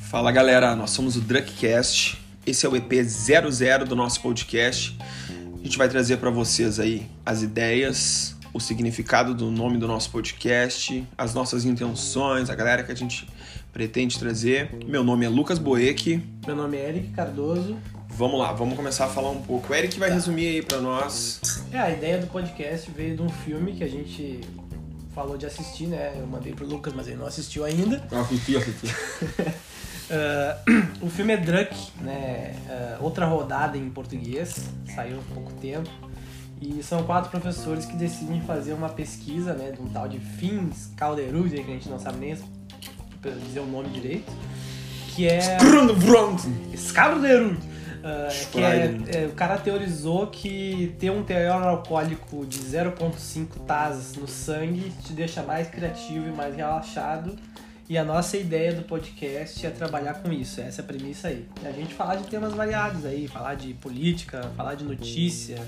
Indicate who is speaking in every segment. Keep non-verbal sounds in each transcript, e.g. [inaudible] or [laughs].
Speaker 1: Fala galera, nós somos o Druckcast. Esse é o EP 00 do nosso podcast. A gente vai trazer para vocês aí as ideias, o significado do nome do nosso podcast, as nossas intenções, a galera que a gente pretende trazer. Meu nome é Lucas Boeck.
Speaker 2: Meu nome é Eric Cardoso.
Speaker 1: Vamos lá, vamos começar a falar um pouco. O Eric vai resumir aí para nós.
Speaker 2: É, a ideia do podcast veio de um filme que a gente falou de assistir, né? Eu mandei pro Lucas, mas ele não assistiu ainda.
Speaker 1: Ah, assisti, assisti.
Speaker 2: Uh, o filme é Drunk, né? Uh, outra rodada em português, saiu há pouco tempo. E são quatro professores que decidem fazer uma pesquisa, né? De um tal de Fins Calderud, que a gente não sabe nem dizer o nome direito. Que é.
Speaker 1: Bruno Bronx!
Speaker 2: Scalderud! Uh, que é, é, o cara teorizou que ter um teor alcoólico de 0,5 tas no sangue te deixa mais criativo e mais relaxado. E a nossa ideia do podcast é trabalhar com isso, essa é a premissa aí. É a gente falar de temas variados aí, falar de política, falar de notícia,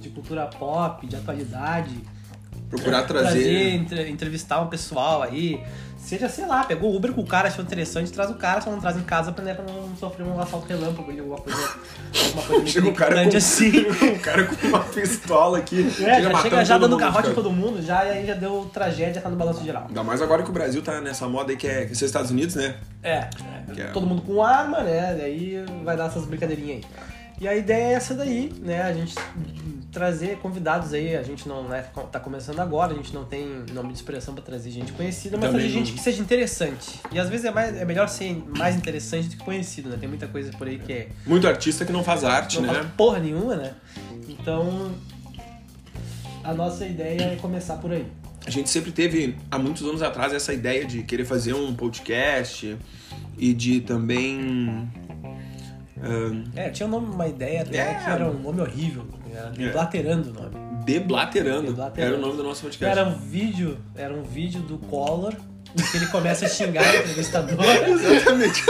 Speaker 2: de cultura pop, de atualidade.
Speaker 1: Procurar
Speaker 2: Trazer,
Speaker 1: trazer.
Speaker 2: entre- entrevistar um pessoal aí. Seja, sei lá, pegou o Uber com o cara, achou interessante, traz o cara, só não traz em casa pra, né, pra não sofrer um assalto relâmpago ali, alguma coisa,
Speaker 1: [laughs]
Speaker 2: alguma coisa meio
Speaker 1: Chega o cara
Speaker 2: gritante
Speaker 1: com [laughs]
Speaker 2: assim.
Speaker 1: [laughs] O cara com uma pistola aqui.
Speaker 2: É, já chega
Speaker 1: matando
Speaker 2: já
Speaker 1: todo
Speaker 2: dando
Speaker 1: mundo,
Speaker 2: garrote em
Speaker 1: cara.
Speaker 2: todo mundo, já, e aí já deu tragédia, tá no balanço geral.
Speaker 1: Ainda mais agora que o Brasil tá nessa moda aí que é que são os Estados Unidos, né?
Speaker 2: É,
Speaker 1: Que é-
Speaker 2: todo mundo com arma, né? Daí vai dar essas brincadeirinhas aí. E a ideia é essa daí, né? A gente trazer convidados aí, a gente não né, tá começando agora, a gente não tem nome de expressão pra trazer gente conhecida, mas
Speaker 1: Também
Speaker 2: trazer gente
Speaker 1: não.
Speaker 2: que seja interessante. E às vezes é, mais, é melhor ser mais interessante do que conhecido, né? Tem muita coisa por aí que é
Speaker 1: Muito artista que não faz arte,
Speaker 2: não
Speaker 1: né?
Speaker 2: faz porra nenhuma, né? Então a nossa ideia é começar por aí.
Speaker 1: A gente sempre teve, há muitos anos atrás, essa ideia de querer fazer um podcast e de também. ah,
Speaker 2: É, tinha um nome, uma ideia até
Speaker 1: É.
Speaker 2: que era um nome horrível, era
Speaker 1: É.
Speaker 2: Blaterando o nome.
Speaker 1: deblaterando.
Speaker 2: Deblaterando.
Speaker 1: Era o nome do nosso podcast.
Speaker 2: Era um vídeo, era um vídeo do Collor, que ele começa a xingar o
Speaker 1: [laughs]
Speaker 2: entrevistador,
Speaker 1: [laughs] Exatamente.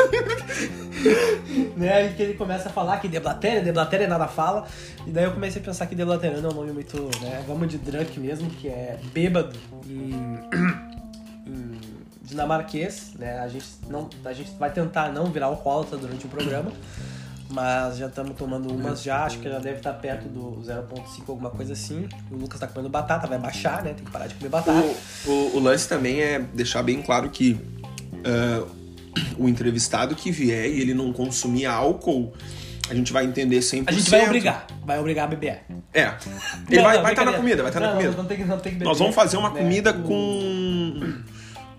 Speaker 2: né? E que ele começa a falar que deblatéria, deblatéria é nada fala. E daí eu comecei a pensar que deblaterando é um nome muito, né? Vamos de drunk mesmo, que é bêbado [clears throat] em, em dinamarquês, né? A gente, não, a gente vai tentar não virar alcoólatra durante o programa. Mas já estamos tomando umas já, acho que já deve estar perto do 0.5, alguma coisa assim. O Lucas tá comendo batata, vai baixar, né? Tem que parar de comer batata.
Speaker 1: O, o- o lance também é deixar bem claro que ah, o entrevistado que vier e ele não consumir álcool, a gente vai entender 100%.
Speaker 2: A gente vai obrigar, vai obrigar a beber.
Speaker 1: É. Ele vai estar
Speaker 2: Não, não,
Speaker 1: na
Speaker 2: brincadeira.
Speaker 1: comida, vai estar na
Speaker 2: Não,
Speaker 1: comida.
Speaker 2: Não, não tem que, não tem que beber.
Speaker 1: Nós vamos fazer uma
Speaker 2: né?
Speaker 1: comida
Speaker 2: O-
Speaker 1: com.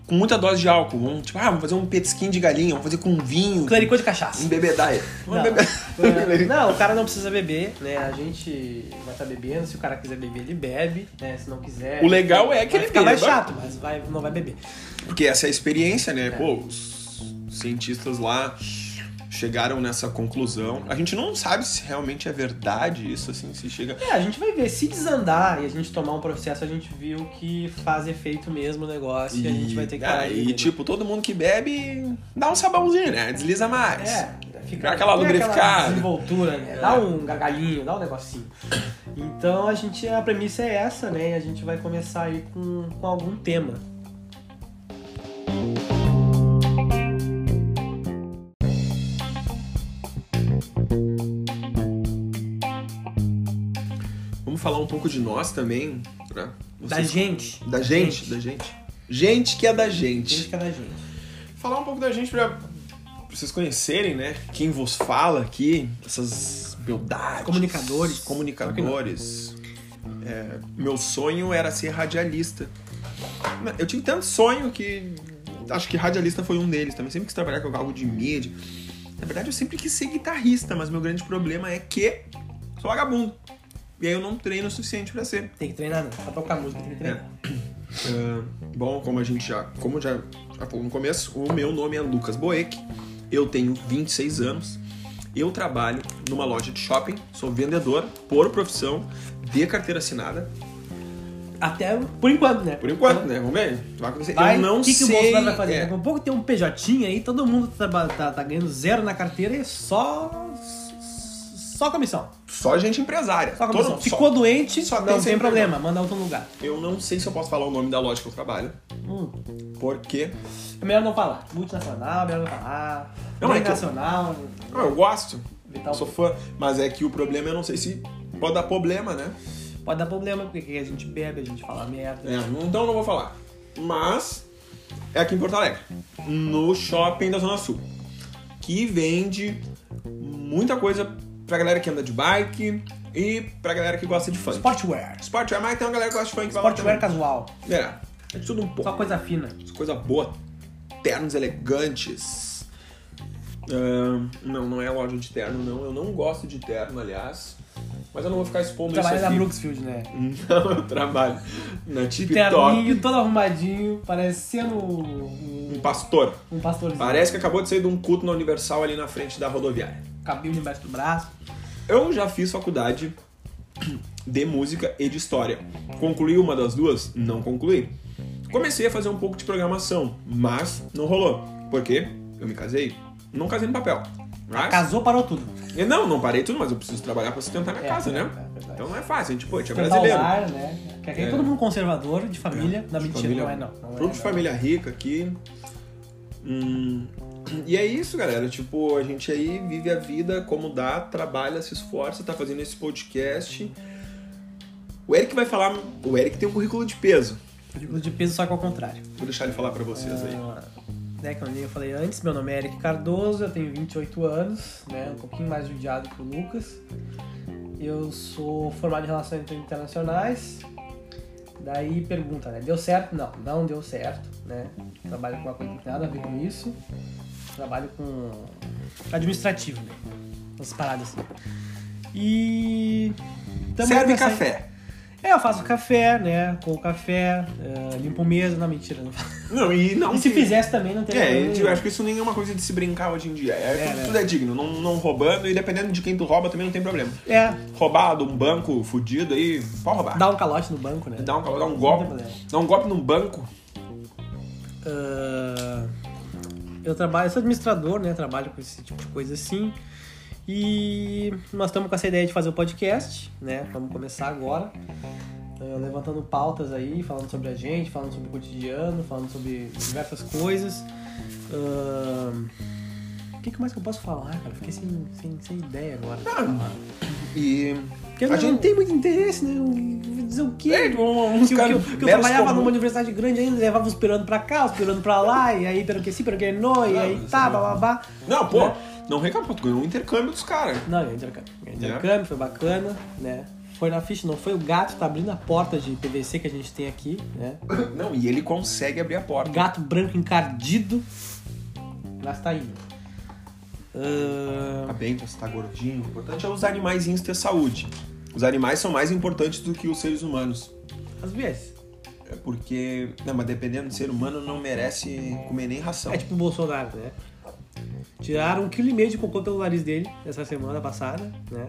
Speaker 1: com muita dose de álcool. Vamos, tipo, ah, vamos fazer um petisquinho de galinha, vamos fazer com vinho,
Speaker 2: Clericô de cachaça.
Speaker 1: embebedar ele.
Speaker 2: Não.
Speaker 1: Vamos beber.
Speaker 2: É, não, o cara não precisa beber, né? A gente vai estar bebendo. Se o cara quiser beber, ele bebe, né? Se não quiser.
Speaker 1: O legal é que
Speaker 2: vai
Speaker 1: ele
Speaker 2: ficar mais
Speaker 1: beba.
Speaker 2: chato, mas vai, não vai beber.
Speaker 1: Porque essa é a experiência, né? Pô, os cientistas lá chegaram nessa conclusão. A gente não sabe se realmente é verdade isso, assim, se chega.
Speaker 2: É, a gente vai ver. Se desandar e a gente tomar um processo, a gente viu que faz efeito mesmo o negócio e, a gente vai ter que
Speaker 1: ah,
Speaker 2: parar de
Speaker 1: E
Speaker 2: beber. né?
Speaker 1: tipo, todo mundo que bebe dá um sabãozinho, né? Desliza mais.
Speaker 2: É, fica
Speaker 1: Dá aquela
Speaker 2: tem
Speaker 1: lubrificada. É.
Speaker 2: desenvoltura, né? Dá um gargalhinho, dá um negocinho. Então a gente, a premissa é essa, né? E a gente vai começar aí com, com algum tema.
Speaker 1: Vamos falar um pouco de nós também, né?
Speaker 2: Da
Speaker 1: Vocês-
Speaker 2: gente.
Speaker 1: Da gente, da gente. Gente que é da gente.
Speaker 2: Gente que é da gente.
Speaker 1: Falar um pouco da gente pra vocês conhecerem, né? Quem vos fala aqui, essas beldades.
Speaker 2: Comunicadores.
Speaker 1: Comunicadores. É, meu sonho era ser radialista. Eu tive tanto sonho que acho que radialista foi um deles também. Sempre quis trabalhar com algo de mídia. Na verdade, eu sempre quis ser guitarrista, mas meu grande problema é que sou vagabundo. E aí eu não treino o suficiente pra ser.
Speaker 2: Tem que treinar, né? Pra tocar música tem que
Speaker 1: É.
Speaker 2: treinar.
Speaker 1: Ah, bom, como a gente já, como já, já falou no começo, o meu nome é Lucas Boeck, eu tenho 26 anos, eu trabalho numa loja de shopping, sou vendedor por profissão de carteira assinada.
Speaker 2: Até por enquanto, né?
Speaker 1: Por enquanto, né? Vamos ver. Vai acontecer.
Speaker 2: Vai,
Speaker 1: eu não
Speaker 2: o que, que
Speaker 1: sei.
Speaker 2: o Bolsonaro vai fazer?
Speaker 1: é.
Speaker 2: Daqui a pouco tem um tá PJ aí, todo mundo tá, tá- tá ganhando zero na carteira e só s- s- Só comissão.
Speaker 1: Só gente empresária.
Speaker 2: Só comissão.
Speaker 1: Todo- só-
Speaker 2: Ficou doente,
Speaker 1: só é tem
Speaker 2: não tem
Speaker 1: sempre
Speaker 2: problema, manda outro lugar.
Speaker 1: Eu não sei se eu posso falar o nome da loja que eu trabalho,
Speaker 2: Hum.
Speaker 1: porque
Speaker 2: É melhor não falar. Multinacional, é melhor não falar.
Speaker 1: Não, é que eu-
Speaker 2: Internacional.
Speaker 1: não, ah, eu gosto,
Speaker 2: Vital.
Speaker 1: sou fã, mas é que o problema eu não sei se pode dar problema, né?
Speaker 2: Pode dar problema, porque a gente bebe, a gente fala merda.
Speaker 1: É, então não vou falar. Mas é aqui em Porto Alegre, no shopping da Zona Sul, que vende muita coisa pra galera que anda de bike e pra galera que gosta de funk.
Speaker 2: Sportwear.
Speaker 1: Sportwear, mas tem uma galera que gosta de funk. vai lá
Speaker 2: Sportwear casual.
Speaker 1: também. É, é de tudo um pouco.
Speaker 2: Só coisa fina.
Speaker 1: coisa boa, ternos elegantes. Ahn, não, não é loja de terno, não. Eu não gosto de terno, aliás. Mas eu não vou ficar expondo
Speaker 2: Trabalha
Speaker 1: isso
Speaker 2: da
Speaker 1: aqui.
Speaker 2: Brooksfield, né?
Speaker 1: [laughs] Não, eu trabalho na Tip Top.
Speaker 2: Terninho, todo arrumadinho, parecendo um,
Speaker 1: Um pastor.
Speaker 2: um pastorzinho.
Speaker 1: Parece que acabou de sair de um culto na Universal ali na frente da rodoviária.
Speaker 2: Cabelo embaixo do braço.
Speaker 1: Eu já fiz faculdade de música e de história. Concluí uma das duas? Não concluí. Comecei a fazer um pouco de programação, mas não rolou. Por quê? Eu me casei. Não casei no papel. Mas...
Speaker 2: Casou, parou tudo.
Speaker 1: E Não, não parei tudo, mas eu preciso trabalhar pra sustentar minha
Speaker 2: É,
Speaker 1: casa,
Speaker 2: é,
Speaker 1: né?
Speaker 2: é verdade.
Speaker 1: então não é fácil, a gente, pô, a gente é
Speaker 2: Tentar o
Speaker 1: brasileiro.
Speaker 2: lar, né? Que aqui é
Speaker 1: É.
Speaker 2: todo mundo conservador, de família. Não, mentira, não é não. não é,
Speaker 1: Grupo de
Speaker 2: não.
Speaker 1: família rica aqui. Hum, e é isso, galera. Tipo, a gente aí vive a vida como dá, trabalha, se esforça, tá fazendo esse podcast. O Eric vai falar. O Eric tem um currículo de peso.
Speaker 2: Currículo Tipo, de peso, só que ao contrário.
Speaker 1: Vou deixar ele falar pra vocês aí.
Speaker 2: Né, que eu, li, eu falei antes, meu nome é Eric Cardoso, eu tenho 28 anos, né? Um pouquinho mais judiado que o Lucas. Eu sou formado em Relações Internacionais. Daí pergunta, né? Deu certo? Não, não deu certo, né? Trabalho com uma coisa que não tem nada a ver com isso. Trabalho com administrativo, né? Umas paradas assim. E... tamo aí
Speaker 1: Serve
Speaker 2: nessa-
Speaker 1: café.
Speaker 2: É, eu faço café, né? Com o café, eh, limpo mesa. Não, mentira, não faço.
Speaker 1: Não, e não.
Speaker 2: E se fizesse também não teria
Speaker 1: Então, É,
Speaker 2: problema
Speaker 1: eu
Speaker 2: nenhum.
Speaker 1: acho que isso nem é uma coisa de se brincar hoje em dia. É,
Speaker 2: É,
Speaker 1: tudo,
Speaker 2: né?
Speaker 1: tudo é digno, não, não roubando, e dependendo de quem tu rouba também não tem problema.
Speaker 2: É,
Speaker 1: Roubar de um banco fudido aí, pode roubar.
Speaker 2: dá um calote no banco, né?
Speaker 1: Dá um, dá um
Speaker 2: Não
Speaker 1: golpe.
Speaker 2: tem problema.
Speaker 1: Dá um golpe num banco.
Speaker 2: Ah, eu trabalho, eu sou administrador, né? Trabalho com esse tipo de coisa assim. E nós estamos com essa ideia de fazer o podcast, né? Vamos começar agora. Ah, levantando pautas aí, falando sobre a gente, falando sobre o cotidiano, falando sobre diversas coisas. Ah, o que, que mais que eu posso falar, cara? Fiquei sem, sem, sem ideia agora.
Speaker 1: E.
Speaker 2: Porque
Speaker 1: A
Speaker 2: não,
Speaker 1: gente-
Speaker 2: não tem muito interesse, né? Eu Vou dizer o quê?
Speaker 1: É, uns
Speaker 2: que, eu- que
Speaker 1: caras.
Speaker 2: eu- que eu
Speaker 1: meros
Speaker 2: trabalhava
Speaker 1: comuns.
Speaker 2: numa universidade grande ainda, levava os pirando pra cá, os pirando pra lá, e aí pelo que sim, pelo que não, e
Speaker 1: Ah,
Speaker 2: aí
Speaker 1: mas
Speaker 2: tá,
Speaker 1: isso
Speaker 2: blá blá blá.
Speaker 1: Não, pô, não reclama, pô, tu ganhou um intercâmbio dos caras.
Speaker 2: Não, ganhei intercâmbio.
Speaker 1: É.
Speaker 2: Ganhei intercâmbio, foi bacana, né? Foi na ficha, não foi o gato, tá abrindo a porta de PVC que a gente tem aqui, né?
Speaker 1: Não, e ele consegue abrir a porta.
Speaker 2: Gato branco encardido. Mas tá indo. Ah, Ahn,
Speaker 1: Tá bem, você tá gordinho. O importante é os animaizinhos ter saúde. Os animais são mais importantes do que os seres humanos.
Speaker 2: às vezes.
Speaker 1: É porque. Não, mas dependendo do ser humano, não merece comer nem ração.
Speaker 2: É tipo o Bolsonaro, né? Tiraram um quilo e meio de cocô pelo nariz dele essa semana passada, né?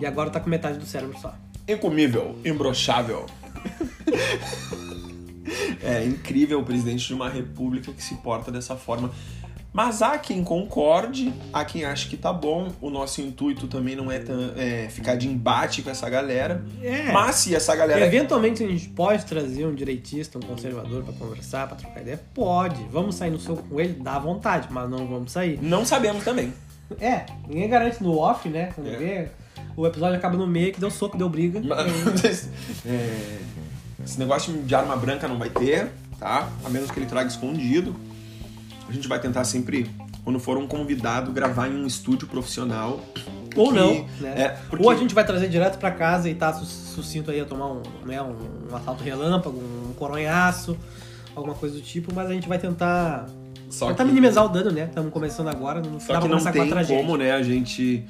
Speaker 2: E agora tá com metade do cérebro só.
Speaker 1: Incomível, imbrochável. [laughs] é incrível o presidente de uma república que se porta dessa forma. Mas há quem concorde, há quem acha que tá bom. O nosso intuito também não é, tan- é ficar de embate com essa galera.
Speaker 2: É.
Speaker 1: Mas se essa galera.
Speaker 2: Eventualmente a gente pode trazer um direitista, um conservador pra conversar, pra trocar ideia? Pode. Vamos sair no soco com ele? Dá vontade, mas não vamos sair.
Speaker 1: Não sabemos também.
Speaker 2: É, ninguém garante no off, né? Quando
Speaker 1: É.
Speaker 2: vê, o episódio acaba no meio, que deu soco, deu briga.
Speaker 1: Mas, [laughs] é, esse negócio de arma branca não vai ter, tá? A menos que ele traga escondido. A gente vai tentar sempre, quando for um convidado, gravar em um estúdio profissional.
Speaker 2: Ou
Speaker 1: Hum, Que-
Speaker 2: não, né?
Speaker 1: é, porque-
Speaker 2: Ou a gente vai trazer direto pra casa e tá sus- sucinto aí a tomar um, né, um, um assalto relâmpago, um coronhaço, alguma coisa do tipo, mas a gente vai tentar,
Speaker 1: Só
Speaker 2: tentar
Speaker 1: que,
Speaker 2: minimizar o dano, né? Estamos começando agora, não
Speaker 1: só que
Speaker 2: dá pra
Speaker 1: não
Speaker 2: começar com a
Speaker 1: tem
Speaker 2: tragédia.
Speaker 1: como, né? A gente.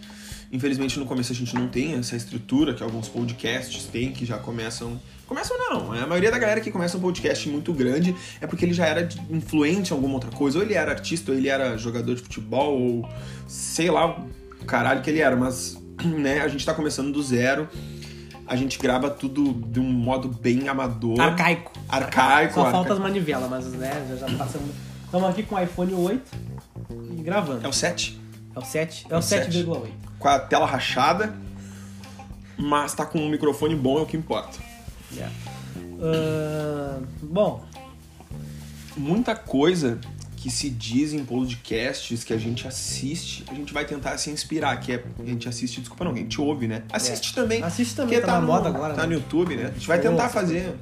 Speaker 1: Infelizmente no começo a gente não tem essa estrutura que alguns podcasts têm, que já começam. Começam não, né? A maioria da galera que começa um podcast muito grande é porque ele já era de- influente em alguma outra coisa. Ou ele era artista, ou ele era jogador de futebol, ou sei lá o caralho que ele era, mas [clears throat] né, a gente tá começando do zero. A gente grava tudo de um modo bem amador,
Speaker 2: Arcaico.
Speaker 1: arcaico.
Speaker 2: É Só
Speaker 1: arca-
Speaker 2: falta as manivelas, mas né, já, já passamos. Estamos aqui com o iPhone 8 e gravando.
Speaker 1: É o 7?
Speaker 2: É o 7, é o
Speaker 1: o 7.
Speaker 2: 7,8.
Speaker 1: com a tela rachada, mas tá com um microfone bom, é o que importa.
Speaker 2: Yeah. Ah, bom,
Speaker 1: Muita coisa que se diz em podcasts que a gente assiste, a gente vai tentar se inspirar, que é, a gente assiste, desculpa não, a gente ouve, né? Assiste também.
Speaker 2: assiste também,
Speaker 1: Porque
Speaker 2: tá, na
Speaker 1: no-
Speaker 2: moda agora.
Speaker 1: Tá
Speaker 2: né?
Speaker 1: no YouTube, né? A gente vai tentar
Speaker 2: Nossa.
Speaker 1: fazer.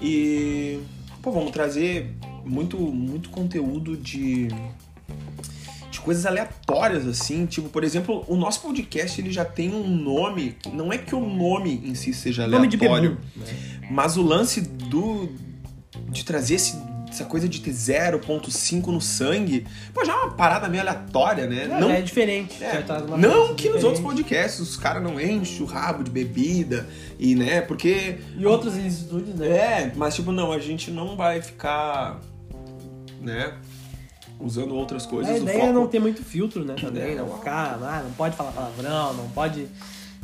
Speaker 1: E. Pô, vamos trazer muito, muito conteúdo de. De coisas aleatórias, assim. Tipo, por exemplo, o nosso podcast ele já tem um nome. Não é que o nome em si seja
Speaker 2: Nome de
Speaker 1: aleatório.
Speaker 2: bebum.
Speaker 1: Mas o lance do. de trazer esse- essa coisa de ter 0,5 no sangue, pô, já é uma parada meio aleatória, né?
Speaker 2: É,
Speaker 1: não
Speaker 2: é diferente.
Speaker 1: é,
Speaker 2: já tá numa
Speaker 1: não
Speaker 2: coisa
Speaker 1: que nos
Speaker 2: diferente.
Speaker 1: outros podcasts os caras não enchem o rabo de bebida e, né, porque.
Speaker 2: E outros estúdios, né?
Speaker 1: É, mas tipo, não, a gente não vai ficar, né, usando outras coisas.
Speaker 2: a
Speaker 1: o
Speaker 2: ideia
Speaker 1: foco- É.
Speaker 2: é não ter muito filtro, né? Também, não
Speaker 1: Não.
Speaker 2: ficar, ah, não pode falar palavrão, não pode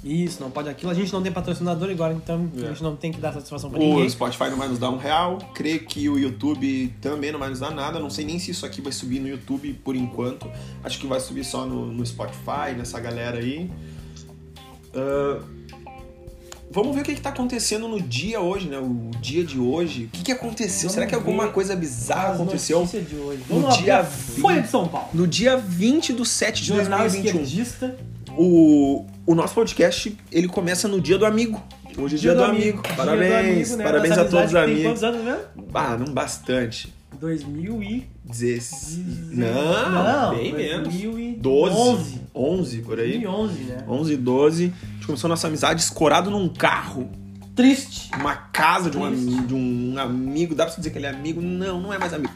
Speaker 2: isso, não pode aquilo. A gente não tem patrocinador agora, então
Speaker 1: É.
Speaker 2: a gente não tem que dar satisfação pra
Speaker 1: O
Speaker 2: ninguém.
Speaker 1: Spotify não vai nos dar um real, creio que o YouTube também não vai nos dar nada. Não sei nem se isso aqui vai subir no YouTube por enquanto. Acho que vai subir só no, no Spotify, nessa galera aí. Ah, vamos ver o que, que tá acontecendo no dia hoje, né? O dia de hoje. O que, que aconteceu?
Speaker 2: Vamos
Speaker 1: Será que alguma
Speaker 2: ver
Speaker 1: coisa bizarra
Speaker 2: As
Speaker 1: aconteceu?
Speaker 2: notícias de hoje.
Speaker 1: no
Speaker 2: Vamos
Speaker 1: dia
Speaker 2: abrir a Folha de São Paulo.
Speaker 1: No dia 20 do 7 de
Speaker 2: Jornal
Speaker 1: 2021.
Speaker 2: esquerdista.
Speaker 1: O, o nosso podcast, ele começa no dia do amigo. Hoje é dia, do, amigo.
Speaker 2: Dia do
Speaker 1: Parabéns.
Speaker 2: amigo, né?
Speaker 1: Parabéns
Speaker 2: Nossa
Speaker 1: a todos os
Speaker 2: amizade que
Speaker 1: amigos.
Speaker 2: Tem quantos anos mesmo?
Speaker 1: Ah, não bastante.
Speaker 2: 2000 e...
Speaker 1: 16. Não, bem menos. 12.
Speaker 2: 12.
Speaker 1: 11 por aí.
Speaker 2: 2011, né?
Speaker 1: 11, 12. A gente começou nossa amizade escorado num carro.
Speaker 2: Triste.
Speaker 1: Uma casa de um,
Speaker 2: Isso.
Speaker 1: ami- de um amigo. Dá pra você dizer que ele é amigo? Não, não é mais amigo.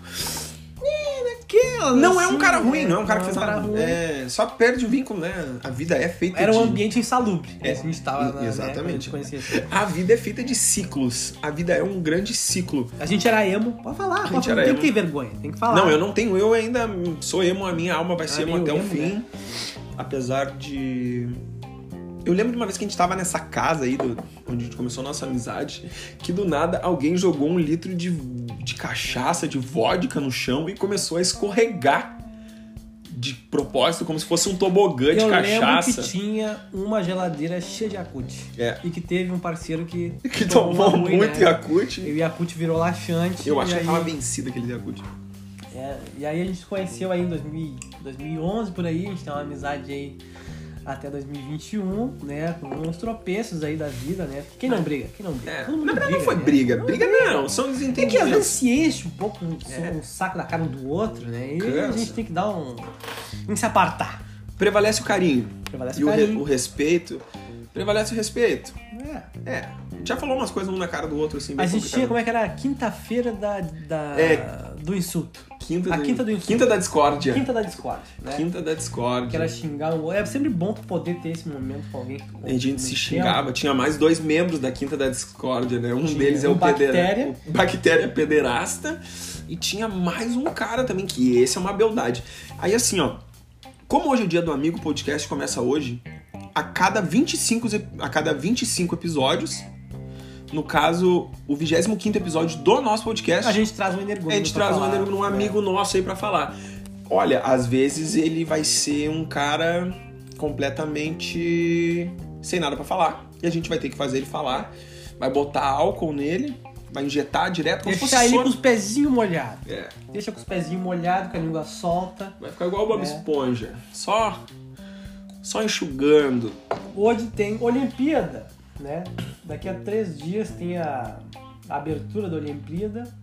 Speaker 1: É, naquela. Não é um
Speaker 2: Assim,
Speaker 1: cara ruim,
Speaker 2: né?
Speaker 1: não é um cara
Speaker 2: Não
Speaker 1: que fez
Speaker 2: é um cara
Speaker 1: nada.
Speaker 2: ruim.
Speaker 1: É, só perde o vínculo, né? A vida é feita
Speaker 2: Era um
Speaker 1: de...
Speaker 2: ambiente insalubre.
Speaker 1: É,
Speaker 2: a gente tava na, né,
Speaker 1: exatamente.
Speaker 2: quando a gente conhecia esse-
Speaker 1: A vida é feita de ciclos. A vida é um grande ciclo.
Speaker 2: A gente era emo. Pode falar,
Speaker 1: gente
Speaker 2: pode,
Speaker 1: era
Speaker 2: não tem
Speaker 1: emo.
Speaker 2: que ter vergonha, tem que falar.
Speaker 1: Não, eu não tenho eu ainda. Sou emo, a minha alma vai
Speaker 2: Ah,
Speaker 1: ser emo
Speaker 2: meio
Speaker 1: até o
Speaker 2: emo,
Speaker 1: fim.
Speaker 2: né?
Speaker 1: Apesar de. Eu lembro de uma vez que a gente tava nessa casa aí, do- onde a gente começou a nossa amizade, que do nada alguém jogou um litro de, de cachaça, de vodka no chão e começou a escorregar de propósito, como se fosse um tobogã de
Speaker 2: Eu lembro
Speaker 1: cachaça.
Speaker 2: que tinha uma geladeira cheia de Yakut.
Speaker 1: É.
Speaker 2: E que teve um parceiro que.
Speaker 1: [laughs] Que tomou
Speaker 2: uma ruim,
Speaker 1: muito
Speaker 2: né?
Speaker 1: Yakut.
Speaker 2: E o Yakut virou laxante.
Speaker 1: Eu
Speaker 2: e
Speaker 1: achei
Speaker 2: aí-
Speaker 1: que tava vencido aquele Yakut.
Speaker 2: É, e aí a gente se conheceu aí em 2000, 2011 por aí, a gente tem uma amizade aí até 2021, né? Com uns tropeços aí da vida, né? Quem não briga? Quem não briga?
Speaker 1: É.
Speaker 2: Todo
Speaker 1: Na
Speaker 2: mundo
Speaker 1: verdade, não foi
Speaker 2: né?
Speaker 1: briga. Briga não, são
Speaker 2: É que às
Speaker 1: desentendimentos.
Speaker 2: vezes se enche um pouco um,
Speaker 1: É.
Speaker 2: um saco da cara um do outro, né? E a
Speaker 1: Cansa.
Speaker 2: gente tem que dar um. Tem que se apartar.
Speaker 1: Prevalece o carinho.
Speaker 2: Prevalece
Speaker 1: E
Speaker 2: o
Speaker 1: o, re-
Speaker 2: carinho.
Speaker 1: o respeito. Prevalece o respeito.
Speaker 2: É.
Speaker 1: É. A gente já falou umas coisas um na cara do outro, assim, bem
Speaker 2: A gente tinha,
Speaker 1: complicado.
Speaker 2: como é que era? Quinta-feira da, da-
Speaker 1: É.
Speaker 2: do insulto.
Speaker 1: Quinta,
Speaker 2: a
Speaker 1: do-
Speaker 2: quinta do insulto.
Speaker 1: Quinta da discórdia.
Speaker 2: Quinta da Discord, né?
Speaker 1: Quinta da discórdia.
Speaker 2: Que era xingar um... É sempre bom tu poder ter esse momento com alguém. que tu-
Speaker 1: A gente se
Speaker 2: entende.
Speaker 1: xingava. Tinha mais dois membros da Quinta da Discórdia, né? Um
Speaker 2: Tinha
Speaker 1: deles é
Speaker 2: o
Speaker 1: o, pedera-
Speaker 2: Bactéria.
Speaker 1: o Bactéria Pederasta. E tinha mais um cara também, que esse é uma beldade. Aí assim, ó. Como hoje é dia do amigo, o podcast começa hoje. A cada 25, ep- a cada 25 episódios, no caso, o 25 episódio do nosso podcast,
Speaker 2: A gente traz um energúmeno.
Speaker 1: a gente
Speaker 2: pra
Speaker 1: traz um,
Speaker 2: falar,
Speaker 1: amigo- um
Speaker 2: né?
Speaker 1: amigo nosso aí pra falar. Olha, às vezes ele vai ser um cara completamente sem nada pra falar. E a gente vai ter que fazer ele falar, vai botar álcool nele, vai injetar direto como se fosse
Speaker 2: Deixa ele com
Speaker 1: soro.
Speaker 2: os pezinhos molhados.
Speaker 1: É,
Speaker 2: Deixa com os pezinhos molhados, com a língua solta.
Speaker 1: vai ficar igual o Bob
Speaker 2: É.
Speaker 1: Esponja. Só só enxugando.
Speaker 2: Hoje tem Olimpíada, né? Daqui a três dias tem a, a abertura da Olimpíada.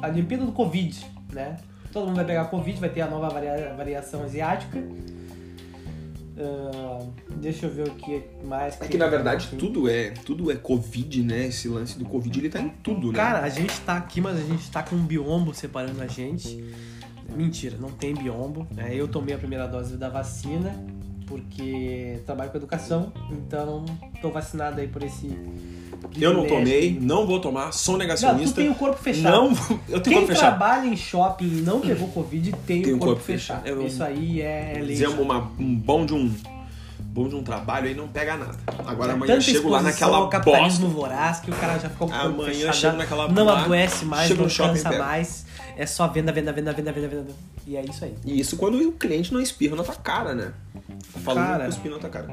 Speaker 2: A Olimpíada do Covid, né? Todo mundo vai pegar Covid, vai ter a nova varia- variação asiática. Ah, deixa eu ver o que mais.
Speaker 1: É que na verdade tudo é, tudo é covid, né? Esse lance do covid, ele tá em tudo, né?
Speaker 2: Cara, a gente tá aqui, mas a gente tá com um biombo separando a gente. Mentira, não tem biombo. né? Eu tomei a primeira dose da vacina, porque trabalho com educação, então tô vacinado aí por esse.
Speaker 1: eu não
Speaker 2: privilégio.
Speaker 1: tomei, não vou tomar, sou
Speaker 2: Não, tu
Speaker 1: negacionista.
Speaker 2: tem o corpo fechado.
Speaker 1: não, vou- eu tenho um
Speaker 2: Quem
Speaker 1: que fechar.
Speaker 2: trabalha em shopping e não pegou Covid tem, o corpo, fechado.
Speaker 1: um Eu-
Speaker 2: Isso aí é lei.
Speaker 1: Fizemos uma- um bom de um bom de um trabalho aí não pega nada. Agora
Speaker 2: É
Speaker 1: amanhã eu
Speaker 2: tanta
Speaker 1: chego lá
Speaker 2: exposição
Speaker 1: naquela
Speaker 2: ao capitalismo
Speaker 1: bosta.
Speaker 2: voraz que o cara já ficou com o corpo
Speaker 1: Amanhã eu
Speaker 2: fechado,
Speaker 1: chego naquela
Speaker 2: não
Speaker 1: boate,
Speaker 2: adoece mais,
Speaker 1: chego
Speaker 2: não
Speaker 1: no shopping e
Speaker 2: cansa
Speaker 1: pego.
Speaker 2: mais. É só venda, venda, venda, venda, venda, venda. E é isso aí.
Speaker 1: E isso quando o cliente não espirra na tua cara, né? Falando
Speaker 2: Cara.
Speaker 1: cuspindo na tua cara.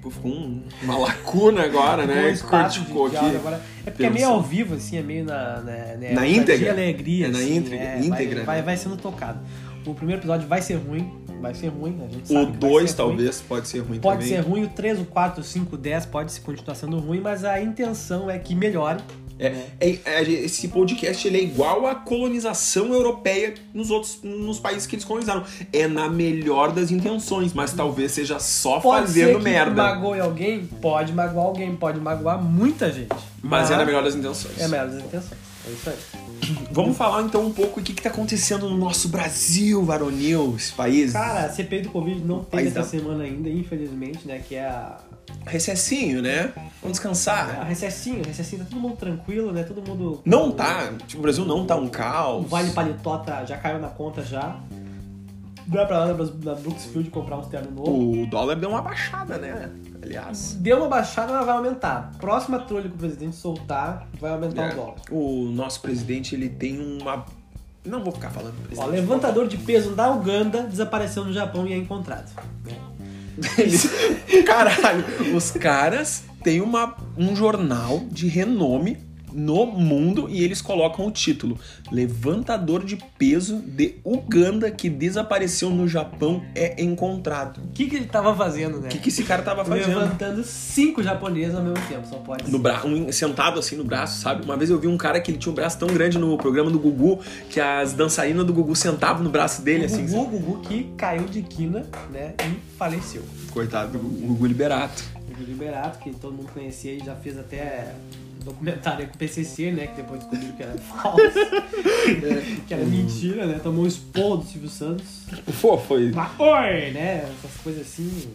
Speaker 1: Pô, ficou um- uma lacuna agora, né?
Speaker 2: Dois quadros um de
Speaker 1: Corticou
Speaker 2: diálogo
Speaker 1: aqui.
Speaker 2: agora. É porque é meio
Speaker 1: Pensando.
Speaker 2: ao vivo, assim, é meio na... Na, né,
Speaker 1: Na
Speaker 2: ousadia
Speaker 1: íntegra?
Speaker 2: e alegria,
Speaker 1: É na
Speaker 2: assim,
Speaker 1: íntegra-
Speaker 2: é,
Speaker 1: íntegra,
Speaker 2: Vai,
Speaker 1: né?
Speaker 2: vai, vai sendo tocado. O primeiro episódio vai ser ruim, vai ser ruim, a gente
Speaker 1: O
Speaker 2: sabe que vai
Speaker 1: 2
Speaker 2: ser ruim.
Speaker 1: talvez pode ser ruim
Speaker 2: Pode
Speaker 1: também.
Speaker 2: ser ruim, o 3, o 4, o 5, o 10 pode se continuar sendo ruim, mas a intenção é que melhore.
Speaker 1: É, é, esse podcast ele é igual à colonização europeia nos outros nos países que eles colonizaram. É na melhor das intenções, mas talvez seja só
Speaker 2: Pode ser
Speaker 1: fazendo
Speaker 2: que
Speaker 1: merda.
Speaker 2: magoe alguém, pode magoar alguém, pode magoar muita gente.
Speaker 1: Mas é na melhor das intenções.
Speaker 2: É a melhor das intenções. É isso aí.
Speaker 1: Vamos falar então um pouco do que, que tá acontecendo no nosso Brasil, varonil, esse país.
Speaker 2: Cara, a CPI do Covid não teve
Speaker 1: País
Speaker 2: essa
Speaker 1: da-
Speaker 2: semana ainda, infelizmente, né? Que é a, é
Speaker 1: Recessinho, né? Vamos
Speaker 2: a
Speaker 1: descansar.
Speaker 2: recessinho, a recessinho tá todo mundo tranquilo, né? Todo mundo.
Speaker 1: Não tá. Tipo, o Brasil não tá um
Speaker 2: O
Speaker 1: caos.
Speaker 2: Vale Paletó tá- já caiu na conta já. Dá pra lá na, Bras- na Brooksfield comprar uns ternos novos.
Speaker 1: O dólar deu uma baixada, né? Aliás.
Speaker 2: Deu uma baixada, mas vai aumentar. Próxima trolha que o presidente soltar, vai aumentar
Speaker 1: né?
Speaker 2: o um dólar.
Speaker 1: O nosso presidente, ele tem uma. Não vou ficar falando do
Speaker 2: Ó,
Speaker 1: presidente.
Speaker 2: levantador de peso da Uganda desapareceu no Japão e é encontrado.
Speaker 1: Eles- [laughs] Caralho, os caras têm uma, um jornal de renome no mundo e eles colocam o título Levantador de peso de Uganda que desapareceu no Japão é encontrado.
Speaker 2: O que, que ele tava fazendo, né?
Speaker 1: O que, que esse cara tava fazendo?
Speaker 2: Levantando cinco japoneses ao mesmo tempo, só pode
Speaker 1: No bra... um- sentado assim no braço, sabe? Uma vez eu vi um cara que ele tinha um braço tão grande no programa do Gugu que as dançarinas do Gugu sentavam no braço dele, assim.
Speaker 2: Gugu, Gugu que caiu de quina, né, e faleceu.
Speaker 1: Coitado do Gugu Gugu Liberato.
Speaker 2: Gugu Liberato, que todo mundo conhecia e já fez até documentário com o PCC, né, que depois descobriu que era [laughs] falso,
Speaker 1: É.
Speaker 2: que era mentira, né, tomou um esporro do Silvio Santos.
Speaker 1: Pô, foi
Speaker 2: Mas, oi, né, essas coisas assim...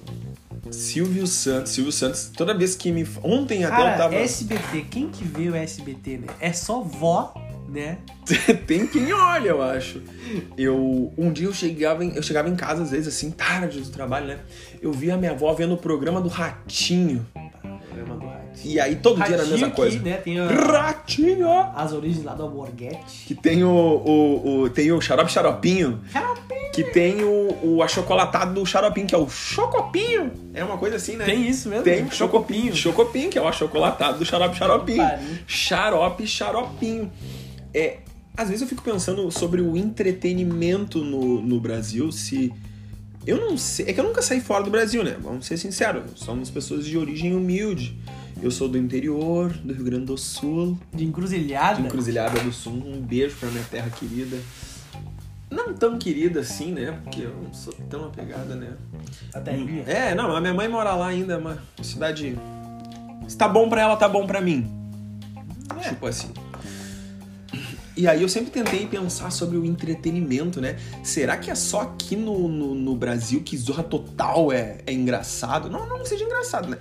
Speaker 1: Silvio Santos, Silvio Santos, toda vez que me. Ontem até eu
Speaker 2: Cara,
Speaker 1: tava.
Speaker 2: SBT, quem que vê o SBT, né? É só vó, né?
Speaker 1: [laughs] Tem quem olha, eu acho. Eu. Um dia eu chegava em, eu chegava em casa, às vezes, assim, tarde do trabalho, né? Eu via minha avó vendo o programa do Ratinho.
Speaker 2: Programa do Ratinho.
Speaker 1: É E aí todo dia era a mesma
Speaker 2: que,
Speaker 1: coisa.
Speaker 2: né, tem a-
Speaker 1: Ratinho!
Speaker 2: as origens lá do Alborguete.
Speaker 1: Que tem o. o, o- tem o xarope xaropinho. Que tem o, o achocolatado do xaropinho, que é o chocopinho. É uma coisa assim, né?
Speaker 2: Tem isso mesmo?
Speaker 1: Tem
Speaker 2: né?
Speaker 1: Chocopinho. Chocopinho, que é o achocolatado do xarope xaropinho.
Speaker 2: Pariu.
Speaker 1: Xarope xaropinho. É, às vezes eu fico pensando sobre o entretenimento no, no Brasil, se. Eu não sei. É que eu nunca saí fora do Brasil, né? Vamos ser sinceros. Somos pessoas de origem humilde. Eu sou do interior, do Rio Grande do Sul,
Speaker 2: De encruzilhada.
Speaker 1: de Encruzilhada do Sul. Um beijo pra minha terra querida. Não tão querida assim, né? Porque eu não sou tão apegada, né?
Speaker 2: A terrinha.
Speaker 1: É, não, a minha mãe mora lá ainda, é uma cidade. Se tá bom pra ela, tá bom pra mim.
Speaker 2: É.
Speaker 1: Tipo assim. E aí eu sempre tentei pensar sobre o entretenimento, né? Será que é só aqui no, no, no Brasil que Zorra Total é, é engraçado? Não, não que seja engraçado, né?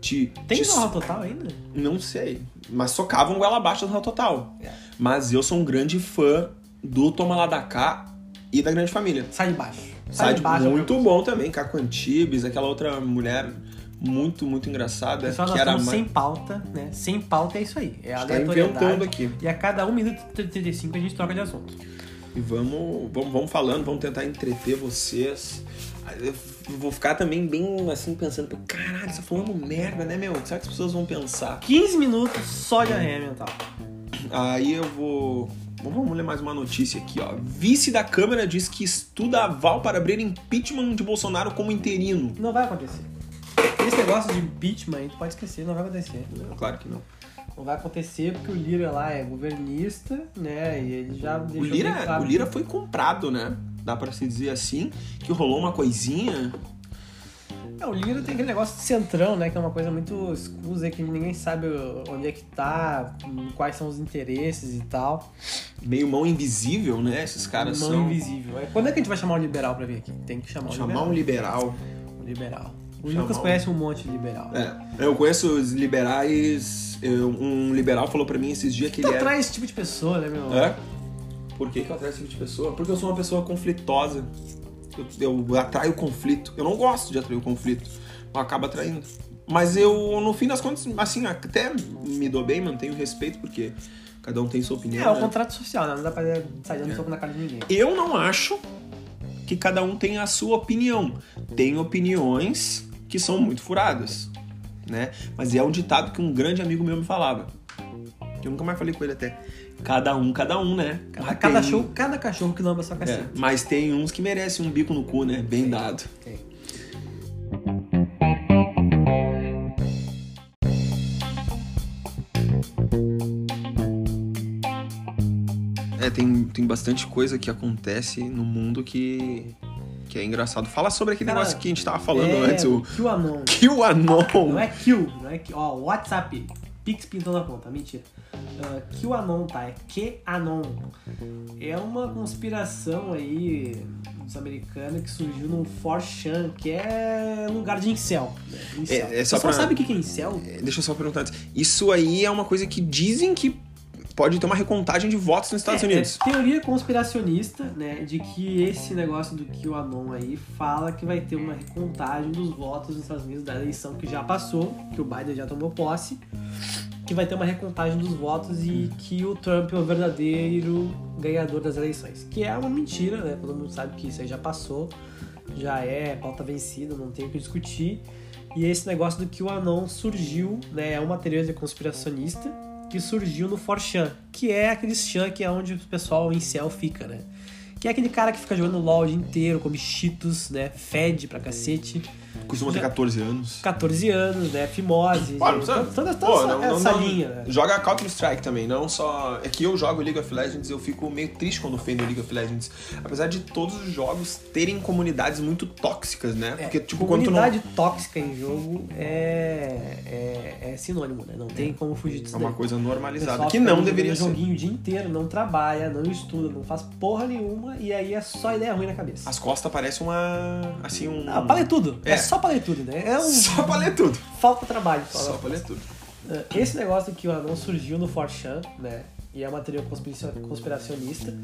Speaker 1: Te,
Speaker 2: Tem
Speaker 1: te-
Speaker 2: Zorra Total ainda?
Speaker 1: Não sei. Mas socavam goela abaixo do Zorra Total.
Speaker 2: É.
Speaker 1: Mas eu sou um grande fã do Toma Lá da Cá e da Grande Família.
Speaker 2: Sai de baixo.
Speaker 1: Side
Speaker 2: de baixo. né?
Speaker 1: muito
Speaker 2: meu.
Speaker 1: bom também, Caco Antibes, aquela outra mulher muito, muito engraçada.
Speaker 2: Pessoal,
Speaker 1: né? que
Speaker 2: nós
Speaker 1: era
Speaker 2: estamos
Speaker 1: mais-
Speaker 2: sem pauta, né? Sem pauta é isso aí. É
Speaker 1: tá inventando
Speaker 2: aleatoriedade.
Speaker 1: aqui.
Speaker 2: E a cada 1 minuto e 35 a gente troca de assunto.
Speaker 1: E vamos, vamos, vamos falando, vamos tentar entreter vocês. Eu vou ficar também bem assim pensando, pô, caralho, você tá falando merda, né, meu? Será que as pessoas vão pensar?
Speaker 2: 15 minutos só de arreia mental.
Speaker 1: Aí eu vou. Vamos vamos ler mais uma notícia aqui, ó. Vice da Câmara diz que estuda aval para abrir impeachment de Bolsonaro como interino.
Speaker 2: Não vai acontecer. Esse negócio de impeachment aí, tu pode esquecer, não vai acontecer.
Speaker 1: Claro que não.
Speaker 2: Não vai acontecer porque o Lira lá é governista, né? E ele já
Speaker 1: O
Speaker 2: deixou
Speaker 1: Lira, é-
Speaker 2: bem claro
Speaker 1: o Lira foi comprado, né? Dá pra se dizer assim, que rolou uma coisinha.
Speaker 2: que- É, o Lira tem aquele negócio de centrão, né? Que é uma coisa muito escusa, que ninguém sabe onde é que tá, quais são os interesses e tal.
Speaker 1: Meio mão invisível, né? Esses caras
Speaker 2: Mão
Speaker 1: são.
Speaker 2: invisível. É, Quando é que a gente vai chamar um liberal pra vir aqui? Tem que chamar um
Speaker 1: Chamar
Speaker 2: liberal.
Speaker 1: um liberal.
Speaker 2: Um liberal. O
Speaker 1: Chamar
Speaker 2: Lucas
Speaker 1: um-
Speaker 2: conhece um monte de liberal.
Speaker 1: É, eu conheço os liberais. eu- Um liberal falou pra mim esses dias que
Speaker 2: Tu
Speaker 1: ele era.
Speaker 2: atrai esse tipo de pessoa, né, meu?
Speaker 1: É? Por que, que eu atraio esse tipo de pessoa? Porque eu sou uma pessoa conflitosa. Eu, eu atraio conflito. Eu não gosto de atrair o conflito. Eu acabo atraindo. Mas eu, no fim das contas, assim, até me dou bem, mantenho respeito, porque Cada um tem sua opinião.
Speaker 2: É, o
Speaker 1: né?
Speaker 2: contrato social, né? Não dá pra
Speaker 1: É.
Speaker 2: sair dando soco na cara de ninguém.
Speaker 1: Eu não acho que cada um tem a sua opinião. Tem opiniões que são muito furadas, né? Mas é um ditado que um grande amigo meu me falava. Eu nunca mais falei com ele até. Cada um, cada um, né?
Speaker 2: Cada,
Speaker 1: Mas
Speaker 2: cada
Speaker 1: tem-
Speaker 2: assim. cachorro, cada cachorro que lamba sua
Speaker 1: é,
Speaker 2: caceta.
Speaker 1: mas tem uns que merecem um bico no cu, né? Bem dado.
Speaker 2: Tem.
Speaker 1: É, tem, tem bastante coisa que acontece no mundo que, que é engraçado. Fala sobre aquele
Speaker 2: Cara,
Speaker 1: negócio que a gente tava falando
Speaker 2: É,
Speaker 1: antes, o [laughs]
Speaker 2: Kill Anon. Não
Speaker 1: QAnon.
Speaker 2: é Kill, não é Kill. Ó, WhatsApp. Pix pintando a conta, mentira. Ah, QAnon, tá? É QAnon. É uma conspiração aí dos americanos que surgiu no 4chan, que é lugar de incel. né? Incel.
Speaker 1: É- é só
Speaker 2: O pessoal
Speaker 1: pra-
Speaker 2: sabe o que que é incel?
Speaker 1: É, Deixa eu só perguntar antes. Isso aí é uma coisa que dizem que pode ter uma recontagem de votos nos Estados
Speaker 2: É,
Speaker 1: Unidos.
Speaker 2: é teoria conspiracionista, né, de que esse negócio do QAnon aí fala que vai ter uma recontagem dos votos nos Estados Unidos da eleição que já passou, que o Biden já tomou posse, que vai ter uma recontagem dos votos e que o Trump é o verdadeiro ganhador das eleições. Que é uma mentira, né? Todo mundo sabe que isso aí já passou, já é pauta vencida, não tem o que discutir. E esse negócio do QAnon surgiu, né? É uma teoria conspiracionista que surgiu no 4chan, que é aquele chan que é onde o pessoal em céu fica, né? Que é aquele cara que fica jogando LOL o dia inteiro, come cheetos, né? Fede pra cacete.
Speaker 1: Costuma ter
Speaker 2: é. Já-
Speaker 1: 14 anos.
Speaker 2: 14 anos, né? Fimose.
Speaker 1: Olha, não precisa-
Speaker 2: toda toda
Speaker 1: Pô,
Speaker 2: essa,
Speaker 1: não- não-
Speaker 2: essa
Speaker 1: não-
Speaker 2: linha, né?
Speaker 1: Joga Counter Strike também, não só. É que eu jogo League of Legends e eu fico meio triste quando ofendo League of Legends. Apesar de todos os jogos terem comunidades muito tóxicas, né? Porque, tipo, quando tu não.
Speaker 2: É, Comunidade tóxica em jogo é, é, é sinônimo, né? Não tem como fugir disso
Speaker 1: É uma
Speaker 2: daí.
Speaker 1: coisa
Speaker 2: O
Speaker 1: normalizada.
Speaker 2: pessoal
Speaker 1: Que
Speaker 2: fica
Speaker 1: não
Speaker 2: jogando
Speaker 1: deveria ser.
Speaker 2: joguinho o dia inteiro, não trabalha, não estuda, não faz porra nenhuma e aí é só ideia ruim na cabeça.
Speaker 1: As costas parecem uma. Assim, um.
Speaker 2: Ah, paletudo. É.
Speaker 1: Ah, É.
Speaker 2: só paletudo, né? É um...
Speaker 1: [laughs] Só paletudo.
Speaker 2: Falta trabalho. fala.
Speaker 1: Só paletudo.
Speaker 2: Ah, Esse negócio do QAnon surgiu no 4chan, né? E é uma teoria conspiracio- conspiracionista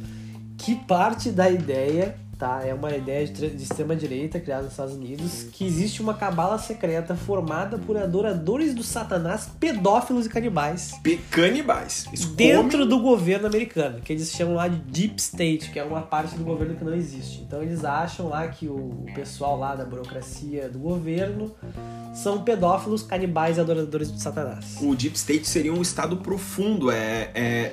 Speaker 2: que parte da ideia, tá? É uma ideia de, tre- de extrema-direita criada nos Estados Unidos que existe uma cabala secreta formada por adoradores do satanás, pedófilos e canibais
Speaker 1: Pe- Canibais. Isso come-
Speaker 2: dentro do governo americano, que eles chamam lá de Deep State, que é uma parte do governo que não existe. Então eles acham lá que o pessoal lá da burocracia do governo são pedófilos, canibais e adoradores de Satanás.
Speaker 1: O Deep State seria um estado profundo. É. é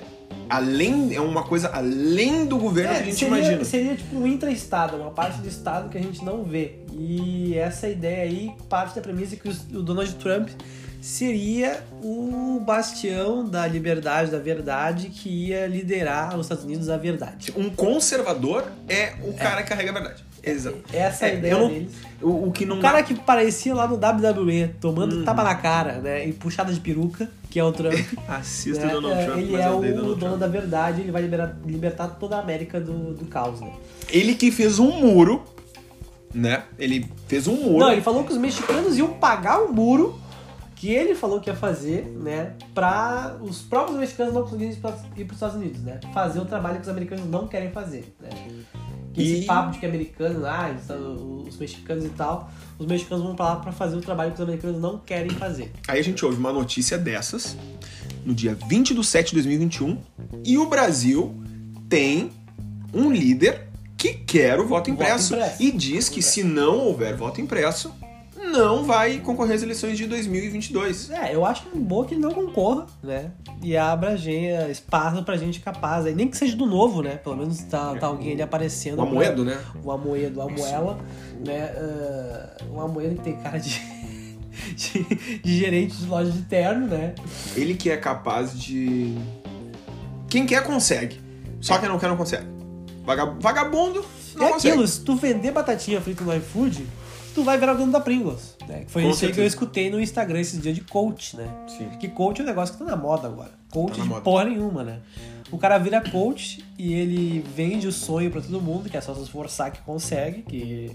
Speaker 1: além. É uma coisa além do governo que a gente
Speaker 2: É, seria,
Speaker 1: imagina.
Speaker 2: seria tipo um intra-estado, uma parte do estado que a gente não vê. E essa ideia aí parte da premissa é que os- o Donald Trump seria o bastião da liberdade, da verdade, que ia liderar os Estados Unidos à verdade.
Speaker 1: Um conservador é o cara que carrega a verdade. Exato.
Speaker 2: Essa é a
Speaker 1: É,
Speaker 2: ideia
Speaker 1: eu não-
Speaker 2: deles.
Speaker 1: O, o que não
Speaker 2: O
Speaker 1: dá-
Speaker 2: cara que parecia lá no WWE,
Speaker 1: Uhum.
Speaker 2: tomando tapa na cara, né? E puxada de peruca, que é o
Speaker 1: [laughs]
Speaker 2: Trump.
Speaker 1: Assista
Speaker 2: né,
Speaker 1: o Donald
Speaker 2: é,
Speaker 1: Trump,
Speaker 2: ele
Speaker 1: mas
Speaker 2: é
Speaker 1: eu
Speaker 2: o
Speaker 1: odeio
Speaker 2: dono
Speaker 1: Donald Trump.
Speaker 2: da verdade, ele vai liberar, libertar toda a América do, do caos, né?
Speaker 1: Ele que fez um muro, né? Ele fez um muro.
Speaker 2: Não, ele falou que os mexicanos iam pagar o muro que ele falou que ia fazer, né? Pra os próprios mexicanos não conseguirem ir pros- ir pros Estados Unidos, né? Fazer o trabalho que os americanos não querem fazer, né? Que
Speaker 1: E-
Speaker 2: Esse papo de que americano, ah, os- os mexicanos e tal, os mexicanos vão pra lá pra fazer o trabalho que os americanos não querem fazer.
Speaker 1: Aí a gente ouve uma notícia dessas no dia 20 de 7 de 2021 e o Brasil tem um líder que quer o voto
Speaker 2: Voto
Speaker 1: impresso,
Speaker 2: impresso.
Speaker 1: e diz que se não houver voto impresso, não vai concorrer às eleições de 2022.
Speaker 2: É, eu acho bom que ele não concorra, né? E abra gen- espaço pra gente capaz. aí. Nem que seja do novo, né? Pelo menos tá, tá alguém ali aparecendo.
Speaker 1: O Amoedo, né?
Speaker 2: O Amoedo, o Amoela, né? Ah, o Amoedo que tem cara de, [laughs] de, de gerente de loja de terno, né?
Speaker 1: Ele que é capaz de. Quem quer, consegue. Só quem não quer, não consegue. Vagab- Vagabundo não
Speaker 2: é
Speaker 1: consegue.
Speaker 2: aquilo, se tu vender batatinha frita no iFood, tu vai virar o dono da Pringles. Né? Que foi
Speaker 1: Com
Speaker 2: isso aí que eu
Speaker 1: certeza.
Speaker 2: escutei no Instagram esses dias de coach, né?
Speaker 1: Sim.
Speaker 2: Que coach é um negócio que tá na moda agora. Coach
Speaker 1: Tá na
Speaker 2: de
Speaker 1: moda.
Speaker 2: porra nenhuma, né? O cara vira coach e ele vende o sonho pra todo mundo, que é só se esforçar que consegue, que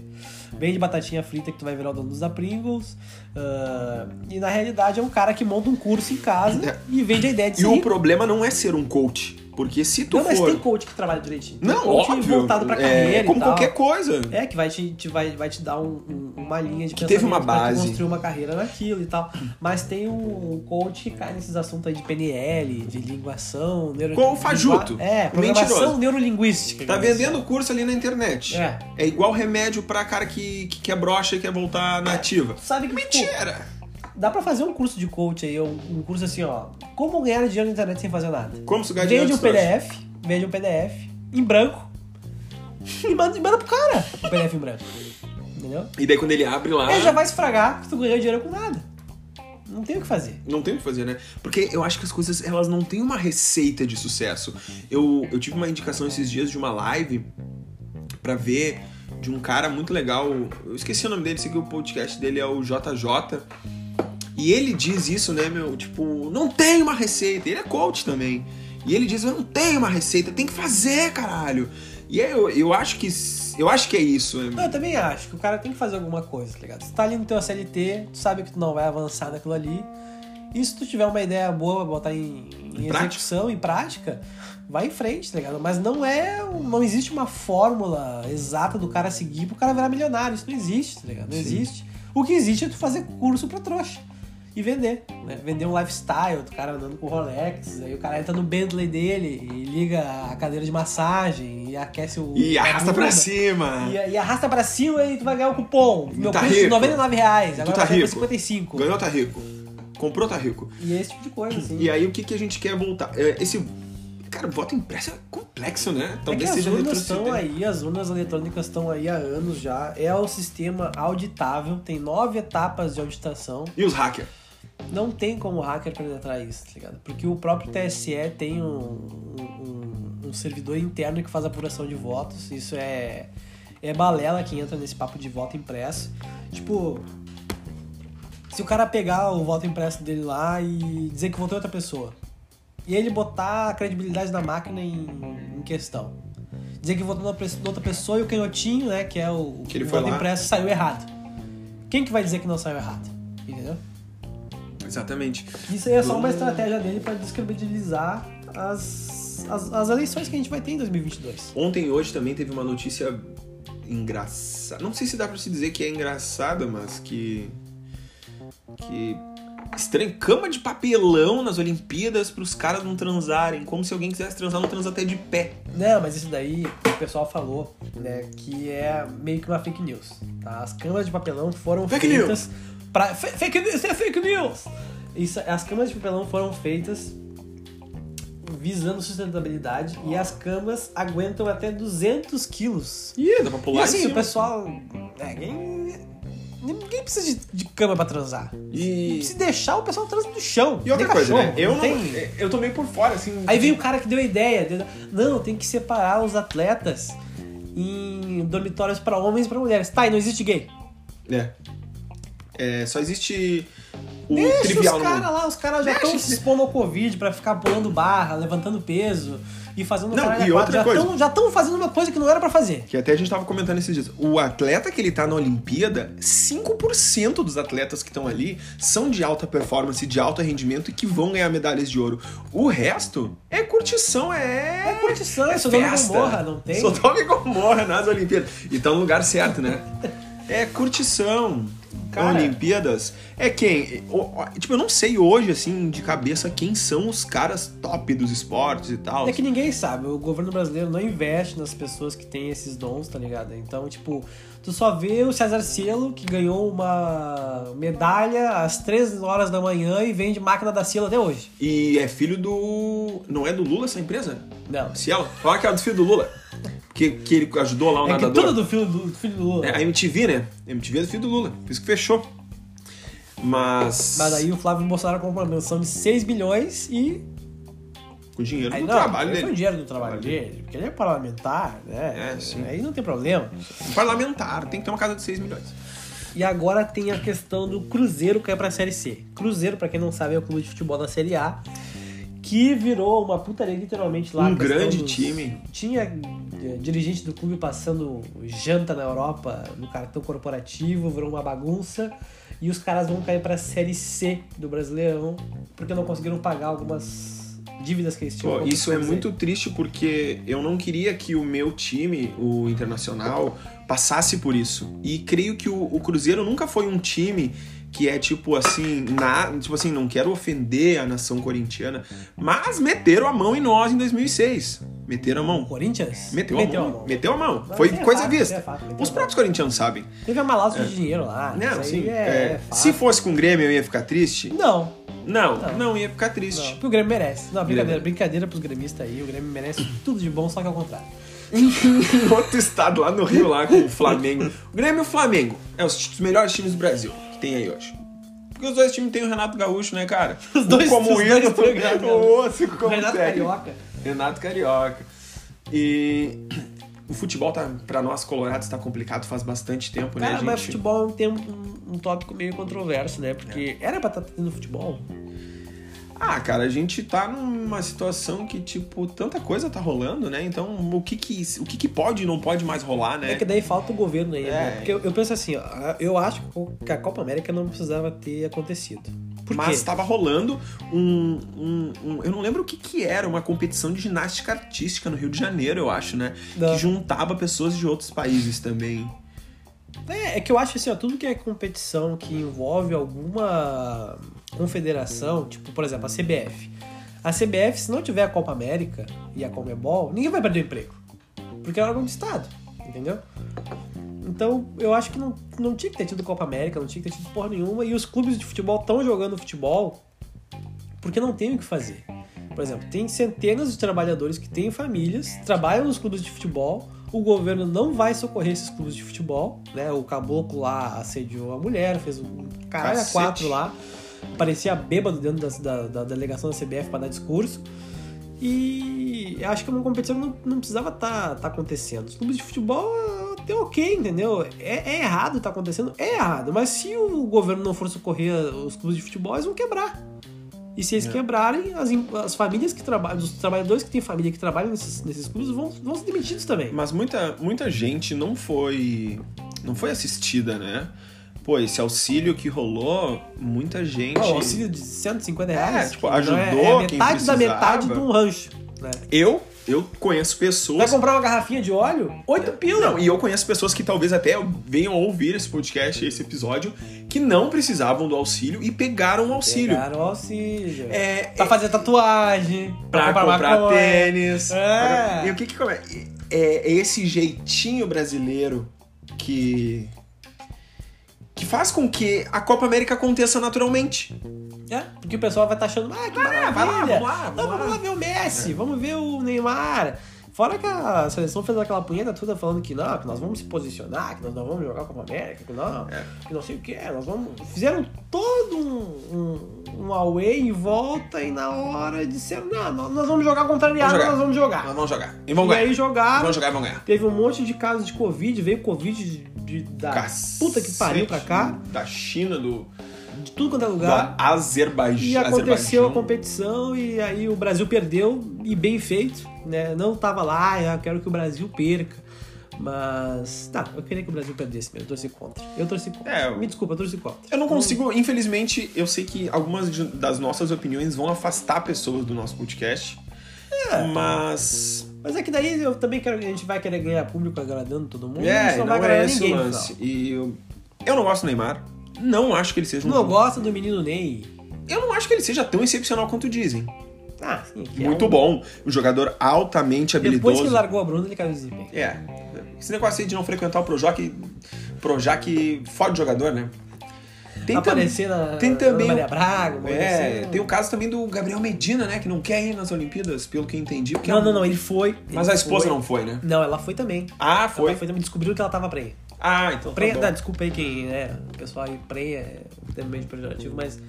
Speaker 2: vende batatinha frita que tu vai virar o dono dos da Pringles. Ah, e na realidade é um cara que monta um curso em casa e vende a ideia de
Speaker 1: E
Speaker 2: ser
Speaker 1: o
Speaker 2: rico.
Speaker 1: problema não é ser um coach. Porque se tu
Speaker 2: Não, mas
Speaker 1: for.
Speaker 2: tem coach que trabalha direitinho. Tem
Speaker 1: Não,
Speaker 2: coach
Speaker 1: óbvio.
Speaker 2: voltado pra
Speaker 1: é,
Speaker 2: carreira e
Speaker 1: como
Speaker 2: tal.
Speaker 1: qualquer coisa.
Speaker 2: É, que vai te, te- vai, vai te dar um- um- uma linha de
Speaker 1: Que teve uma
Speaker 2: pensamento pra tu
Speaker 1: base.
Speaker 2: construir uma carreira naquilo e tal. Mas tem um, um coach que cai nesses assuntos aí de PNL, de linguação, neuro...
Speaker 1: Com o fajuto.
Speaker 2: É, programação
Speaker 1: Mentiroso.
Speaker 2: neurolinguística.
Speaker 1: Tá
Speaker 2: que eu
Speaker 1: vendendo curso ali na internet.
Speaker 2: disse. É.
Speaker 1: É igual remédio pra cara que, que, que é broxa e quer voltar nativa.
Speaker 2: Sabe que, tipo,
Speaker 1: Mentira!
Speaker 2: dá pra fazer um curso de coach aí, um, um curso assim, ó. Como ganhar dinheiro na internet sem fazer nada.
Speaker 1: Como sugar dinheiro
Speaker 2: Vende um
Speaker 1: dos trouxas.
Speaker 2: PDF, vende um PDF em branco e manda, e manda pro cara Um o PDF em branco. Entendeu?
Speaker 1: E daí quando ele abre lá.
Speaker 2: Ele É, já vai esfragar que tu ganhou dinheiro com nada. Não tem o que fazer.
Speaker 1: Não tem o que fazer, né? Porque eu acho que as coisas, elas não têm uma receita de sucesso. Eu, eu tive uma indicação esses dias de uma live pra ver de um cara muito legal. Eu esqueci o nome dele, sei que o podcast dele é o JJ. E ele diz isso, né, meu? Tipo, não tem uma receita. Ele é coach também. E ele diz, eu não tenho uma receita, tem que fazer, caralho. E aí eu, eu acho que. Eu acho que é isso. né?
Speaker 2: Não, eu também acho que o cara tem que fazer alguma coisa, tá ligado? Tu tá ali no teu CLT, tu sabe que tu não vai avançar naquilo ali. E se tu tiver uma ideia boa pra botar em, em
Speaker 1: Em prática.
Speaker 2: execução, em prática, vai em frente, tá ligado? Mas não é. um- Não existe uma fórmula exata do cara seguir pro cara virar milionário. Isso não existe, tá ligado? Não
Speaker 1: Sim.
Speaker 2: existe. O que existe é tu fazer curso pra trouxa. E vender, né? Vender um lifestyle, do cara andando com o Rolex, aí o cara entra no Bentley dele e liga a cadeira de massagem e aquece o.
Speaker 1: E
Speaker 2: a
Speaker 1: arrasta pra
Speaker 2: bunda.
Speaker 1: cima.
Speaker 2: E, e arrasta pra cima e tu vai ganhar o cupom. Meu
Speaker 1: Tá
Speaker 2: preço de
Speaker 1: rico.
Speaker 2: 99 reais,
Speaker 1: Tu
Speaker 2: agora
Speaker 1: tá
Speaker 2: vai sair por
Speaker 1: rico.
Speaker 2: 55.
Speaker 1: Ganhou, tá rico. Comprou, tá rico.
Speaker 2: E esse tipo de coisa, assim.
Speaker 1: E aí o que, que a gente quer voltar? É, Esse. Cara, voto impresso é complexo, né?
Speaker 2: é que
Speaker 1: Talvez
Speaker 2: as
Speaker 1: seja
Speaker 2: urnas estão
Speaker 1: retroceder.
Speaker 2: aí, as urnas eletrônicas estão aí há anos já. É o sistema auditável, tem nove etapas de auditação.
Speaker 1: E os hackers?
Speaker 2: Não tem como o hacker penetrar isso, tá ligado? Porque o próprio TSE tem um, um- um- um servidor interno que faz apuração de votos. Isso é, é balela quem entra nesse papo de voto impresso. Tipo, se o cara pegar o voto impresso dele lá e dizer que votou em outra pessoa, e ele botar a credibilidade da máquina em, em questão. Dizer que votou na pres- na outra pessoa e o canhotinho, né, que é o,
Speaker 1: Que ele
Speaker 2: o
Speaker 1: foi
Speaker 2: voto
Speaker 1: lá.
Speaker 2: impresso, saiu errado. Quem que vai dizer que não saiu errado? Entendeu?
Speaker 1: Exatamente.
Speaker 2: Isso aí é
Speaker 1: Hum.
Speaker 2: só uma estratégia dele pra descredibilizar as, as, as eleições que a gente vai ter em 2022.
Speaker 1: Ontem e hoje também teve uma notícia engraçada. Não sei se dá pra se dizer que é engraçada, mas que. Que. Estranho. Cama de papelão nas Olimpíadas pros caras não transarem. Como se alguém quisesse transar, não transa até de pé.
Speaker 2: Não, Né, mas isso daí o pessoal falou, né, que é meio que uma fake news. tá? As câmeras de papelão foram
Speaker 1: Fake
Speaker 2: feitas pra. Fe- fake news, isso é fake news! Isso, as câmeras de papelão foram feitas visando sustentabilidade e as câmeras aguentam até 200 quilos
Speaker 1: Ih, dá pra
Speaker 2: E
Speaker 1: pular em
Speaker 2: assim, o
Speaker 1: cima.
Speaker 2: pessoal. É, ninguém, ninguém precisa de, de cama pra transar.
Speaker 1: E-
Speaker 2: Se deixar, o pessoal transa no chão.
Speaker 1: E outra
Speaker 2: Nem
Speaker 1: coisa,
Speaker 2: cachorro,
Speaker 1: né? Eu, não
Speaker 2: tem-
Speaker 1: eu tô meio por fora, assim.
Speaker 2: Aí veio o cara que deu a ideia. deu- Não, tem que separar os atletas em dormitórios pra homens e pra mulheres. Tá, e não existe gay.
Speaker 1: É. É, só existe o
Speaker 2: Deixa
Speaker 1: trivial
Speaker 2: os
Speaker 1: no mundo.
Speaker 2: caras lá, os caras já
Speaker 1: Deixa
Speaker 2: estão
Speaker 1: esse-
Speaker 2: se expondo ao Covid pra ficar pulando barra, levantando peso e fazendo
Speaker 1: Não,
Speaker 2: caralho
Speaker 1: e
Speaker 2: a
Speaker 1: outra
Speaker 2: quatro. Já
Speaker 1: coisa.
Speaker 2: tão- Já estão fazendo uma coisa que não era pra fazer.
Speaker 1: Que até a gente tava comentando esses dias. O atleta que ele tá na Olimpíada, 5% dos atletas que estão ali são de alta performance, de alto rendimento e que vão ganhar medalhas de ouro. O resto é curtição,
Speaker 2: É
Speaker 1: é.
Speaker 2: curtição, é Sodoma e
Speaker 1: festa.
Speaker 2: Gomorra, não tem?
Speaker 1: Sodoma e Gomorra nas Olimpíadas. E tá no lugar certo, né? É curtição.
Speaker 2: Cara.
Speaker 1: Olimpíadas é quem? O- o- Tipo, eu não sei hoje, assim, de cabeça, quem são os caras top dos esportes e tal.
Speaker 2: É que ninguém sabe, o governo brasileiro não investe nas pessoas que têm esses dons, tá ligado? Então, tipo, tu só vê o César Cielo, que ganhou uma medalha às 3 horas da manhã e vende máquina da Cielo até hoje.
Speaker 1: E é filho do. Não é do Lula essa empresa?
Speaker 2: Não.
Speaker 1: Cielo? Qual é que é o filho do Lula? Que, que ele ajudou lá o
Speaker 2: É que
Speaker 1: nadador?
Speaker 2: tudo é do filho do, do filho do Lula.
Speaker 1: É, a MTV, né? MTV é do filho do Lula. Por isso que fechou. Mas.
Speaker 2: Mas aí o Flávio Bolsonaro comprou uma menção de 6 bilhões e.
Speaker 1: Com o dinheiro
Speaker 2: Aí,
Speaker 1: do
Speaker 2: não,
Speaker 1: trabalho
Speaker 2: aí foi o
Speaker 1: dele.
Speaker 2: dinheiro do trabalho dele, porque ele é parlamentar, né?
Speaker 1: É, sim.
Speaker 2: Aí não tem problema.
Speaker 1: Um Parlamentar, tem que ter uma casa de 6 milhões.
Speaker 2: E agora tem a questão do Cruzeiro que é pra Série C. Cruzeiro, pra quem não sabe, é o clube de futebol da Série A, que virou uma putaria literalmente lá.
Speaker 1: Um
Speaker 2: a questão
Speaker 1: grande time.
Speaker 2: Tinha eh, dirigente do clube passando janta na Europa, no cartão corporativo, virou uma bagunça. E os caras vão cair pra Série C do Brasileirão, porque não conseguiram pagar algumas dívidas que eles tinham.
Speaker 1: Pô,
Speaker 2: com outros
Speaker 1: isso é
Speaker 2: clubes aí.
Speaker 1: muito triste porque eu não queria que o meu time, o Internacional, passasse por isso. E creio que o, o Cruzeiro nunca foi um time que é tipo assim, na, tipo assim, não quero ofender a nação corintiana, mas meteram a mão em nós em 2006. Meteram a
Speaker 2: O
Speaker 1: mão.
Speaker 2: Corinthians?
Speaker 1: Meteu, a mão. Meteu a mão.
Speaker 2: Mas
Speaker 1: Foi
Speaker 2: isso é
Speaker 1: coisa
Speaker 2: fato, isso
Speaker 1: vista.
Speaker 2: é fato, meteu
Speaker 1: Os
Speaker 2: a mão.
Speaker 1: próprios corintianos sabem.
Speaker 2: Teve a malásia de dinheiro lá.
Speaker 1: Não,
Speaker 2: isso aí
Speaker 1: assim,
Speaker 2: é,
Speaker 1: é,
Speaker 2: é fato.
Speaker 1: se fosse com o Grêmio eu ia ficar triste?
Speaker 2: Não,
Speaker 1: Não,
Speaker 2: Não.
Speaker 1: não, ia ficar
Speaker 2: não.
Speaker 1: triste.
Speaker 2: Porque o Grêmio merece. Não, brincadeira,
Speaker 1: Grêmio.
Speaker 2: brincadeira pros gremistas aí. O Grêmio merece tudo de bom, só que ao contrário.
Speaker 1: [laughs] outro estado lá no Rio, lá com o Flamengo. O Grêmio e o Flamengo. É os t- melhores times do Brasil que tem aí hoje. Porque os dois times têm o Renato Gaúcho, né, cara?
Speaker 2: [laughs] Os dois-
Speaker 1: um como
Speaker 2: os
Speaker 1: ídolo,
Speaker 2: dois têm o Renato
Speaker 1: o outro como
Speaker 2: Renato
Speaker 1: técnico.
Speaker 2: é Carioca.
Speaker 1: Renato Carioca. E o futebol tá para nós colorados tá complicado faz bastante tempo, né,
Speaker 2: Cara,
Speaker 1: gente?
Speaker 2: mas futebol tem um, um- um tópico meio controverso, né? Porque
Speaker 1: É.
Speaker 2: era pra estar tendo futebol.
Speaker 1: Ah, cara, a gente tá numa situação que tipo tanta coisa tá rolando, né? Então, o que que o que que pode e não pode mais rolar, né?
Speaker 2: É que daí falta o governo aí, né?
Speaker 1: É.
Speaker 2: Porque eu, eu penso assim, ó, eu acho que a Copa América não precisava ter acontecido. Por
Speaker 1: Mas tá-
Speaker 2: quê?
Speaker 1: estava rolando um, um- um- Eu não lembro o que, que era, uma competição de ginástica artística no Rio de Janeiro, eu acho, né?
Speaker 2: Não.
Speaker 1: Que juntava pessoas de outros países também.
Speaker 2: É, é que eu acho assim, ó, tudo que é competição que envolve alguma confederação, tipo, por exemplo, a CBF. A CBF, se não tiver a Copa América e a Comebol, ninguém vai perder o emprego. Porque é órgão do Estado, entendeu? Então, eu acho que não, não tinha que ter tido Copa América, não tinha que ter tido porra nenhuma. E os clubes de futebol estão jogando futebol porque não tem o que fazer. Por exemplo, tem centenas de trabalhadores que têm famílias, trabalham nos clubes de futebol, o governo não vai socorrer esses clubes de futebol, né? O caboclo lá assediou a mulher, fez um caralho a
Speaker 1: Cacete.
Speaker 2: quatro lá, parecia bêbado dentro das- da, da delegação da CBF para dar discurso. E eu acho que é uma competição não, não precisava estar acontecendo. Os clubes de futebol é até ok, entendeu? É, é errado tá acontecendo, é errado. Mas se o governo não for socorrer os clubes de futebol, eles vão quebrar. E se eles
Speaker 1: É.
Speaker 2: quebrarem, as, em- as famílias que trabalham, os trabalhadores que têm família que trabalham nesses, nesses clubes vão, vão ser demitidos também.
Speaker 1: Mas muita, muita gente não foi. não foi assistida, né? Pô, esse auxílio que rolou, muita gente.
Speaker 2: Ó, O auxílio de 150 reais.
Speaker 1: tipo,
Speaker 2: que não
Speaker 1: ajudou
Speaker 2: É, é
Speaker 1: quem
Speaker 2: metade da metade de
Speaker 1: precisava.
Speaker 2: um rancho. Né?
Speaker 1: Eu, eu conheço
Speaker 2: Vai
Speaker 1: pessoas. É,
Speaker 2: comprar uma garrafinha de óleo? 8 pila.
Speaker 1: Não, e eu conheço pessoas que talvez até venham ouvir esse podcast, esse episódio, que não precisavam do auxílio e pegaram o auxílio.
Speaker 2: Pegaram o auxílio.
Speaker 1: É,
Speaker 2: Pra fazer tatuagem,
Speaker 1: pra comprar,
Speaker 2: maconha.
Speaker 1: tênis.
Speaker 2: É.
Speaker 1: pra- E o que que come- é? É esse jeitinho brasileiro que que faz com que a Copa América aconteça naturalmente.
Speaker 2: É, porque o pessoal vai estar achando, ah, que maravilha.
Speaker 1: vai lá, vamos lá,
Speaker 2: Não,
Speaker 1: vamos
Speaker 2: vamos lá ver o Messi, vamos ver o Neymar. Fora que a seleção fez aquela punheta toda falando que não, que nós vamos se posicionar, que nós não vamos jogar a Copa América, que não,
Speaker 1: É.
Speaker 2: que não sei o que, nós vamos. Fizeram todo um, um, um away em volta e na hora disseram, não, nós- nós vamos jogar contrariado,
Speaker 1: Vamos jogar.
Speaker 2: nós vamos jogar.
Speaker 1: Nós vamos jogar. E
Speaker 2: e
Speaker 1: vamos ganhar.
Speaker 2: aí jogaram,
Speaker 1: Vamos jogar e vamos ganhar.
Speaker 2: teve um monte de casos de Covid, veio Covid de, de- da
Speaker 1: Cacete,
Speaker 2: tá. puta que pariu pra cá,
Speaker 1: Da China, do,
Speaker 2: de tudo quanto é
Speaker 1: do
Speaker 2: lugar.
Speaker 1: Azerbaijão.
Speaker 2: E aconteceu a
Speaker 1: Azerbaijão.
Speaker 2: competição e aí o Brasil perdeu e bem feito, né? Não tava lá, ah, eu quero que o Brasil perca. Mas tá, eu queria que o Brasil perdesse mesmo, eu torci contra. Eu torci contra.
Speaker 1: É, eu-
Speaker 2: Me desculpa, eu torci contra.
Speaker 1: Eu não consigo, infelizmente, eu sei que algumas de- das nossas opiniões vão afastar pessoas do nosso podcast. É, Mas
Speaker 2: Tá. Mas é que daí eu também quero que a gente vai querer ganhar público agradando todo mundo, a
Speaker 1: É,
Speaker 2: gente
Speaker 1: não,
Speaker 2: Hum, não, vai
Speaker 1: é
Speaker 2: agradar
Speaker 1: esse
Speaker 2: ninguém.
Speaker 1: o
Speaker 2: no
Speaker 1: lance. E eu, eu não gosto do Neymar. Não acho que ele seja
Speaker 2: final.
Speaker 1: um.
Speaker 2: Tu não gosta do menino Ney?
Speaker 1: Eu não acho que ele seja tão excepcional quanto dizem.
Speaker 2: Ah, sim, que é
Speaker 1: Muito
Speaker 2: um-
Speaker 1: bom. Um jogador altamente
Speaker 2: Depois
Speaker 1: habilidoso.
Speaker 2: que ele largou a Bruna, ele caiu em desempenho.
Speaker 1: É. Esse negócio aí de não frequentar o Projac. Projac fode jogador, né? Tem também.
Speaker 2: Aparecer na
Speaker 1: tem também
Speaker 2: na Maria
Speaker 1: o-
Speaker 2: Braga, uma coisa
Speaker 1: É,
Speaker 2: assim.
Speaker 1: tem o caso também do Gabriel Medina, né? Que não quer ir nas Olimpíadas, pelo que eu entendi. Porque é um-
Speaker 2: Não, não, não, ele foi.
Speaker 1: Mas
Speaker 2: ele
Speaker 1: a esposa
Speaker 2: foi.
Speaker 1: não foi, né?
Speaker 2: Não, ela foi também.
Speaker 1: Ah,
Speaker 2: Foi.
Speaker 1: foi.
Speaker 2: Ela foi também, descobriu que ela tava preta.
Speaker 1: Ah, então. Tá
Speaker 2: Preia,
Speaker 1: bom.
Speaker 2: tá, desculpa aí quem é, o pessoal aí, preia, é extremamente pejorativo, mas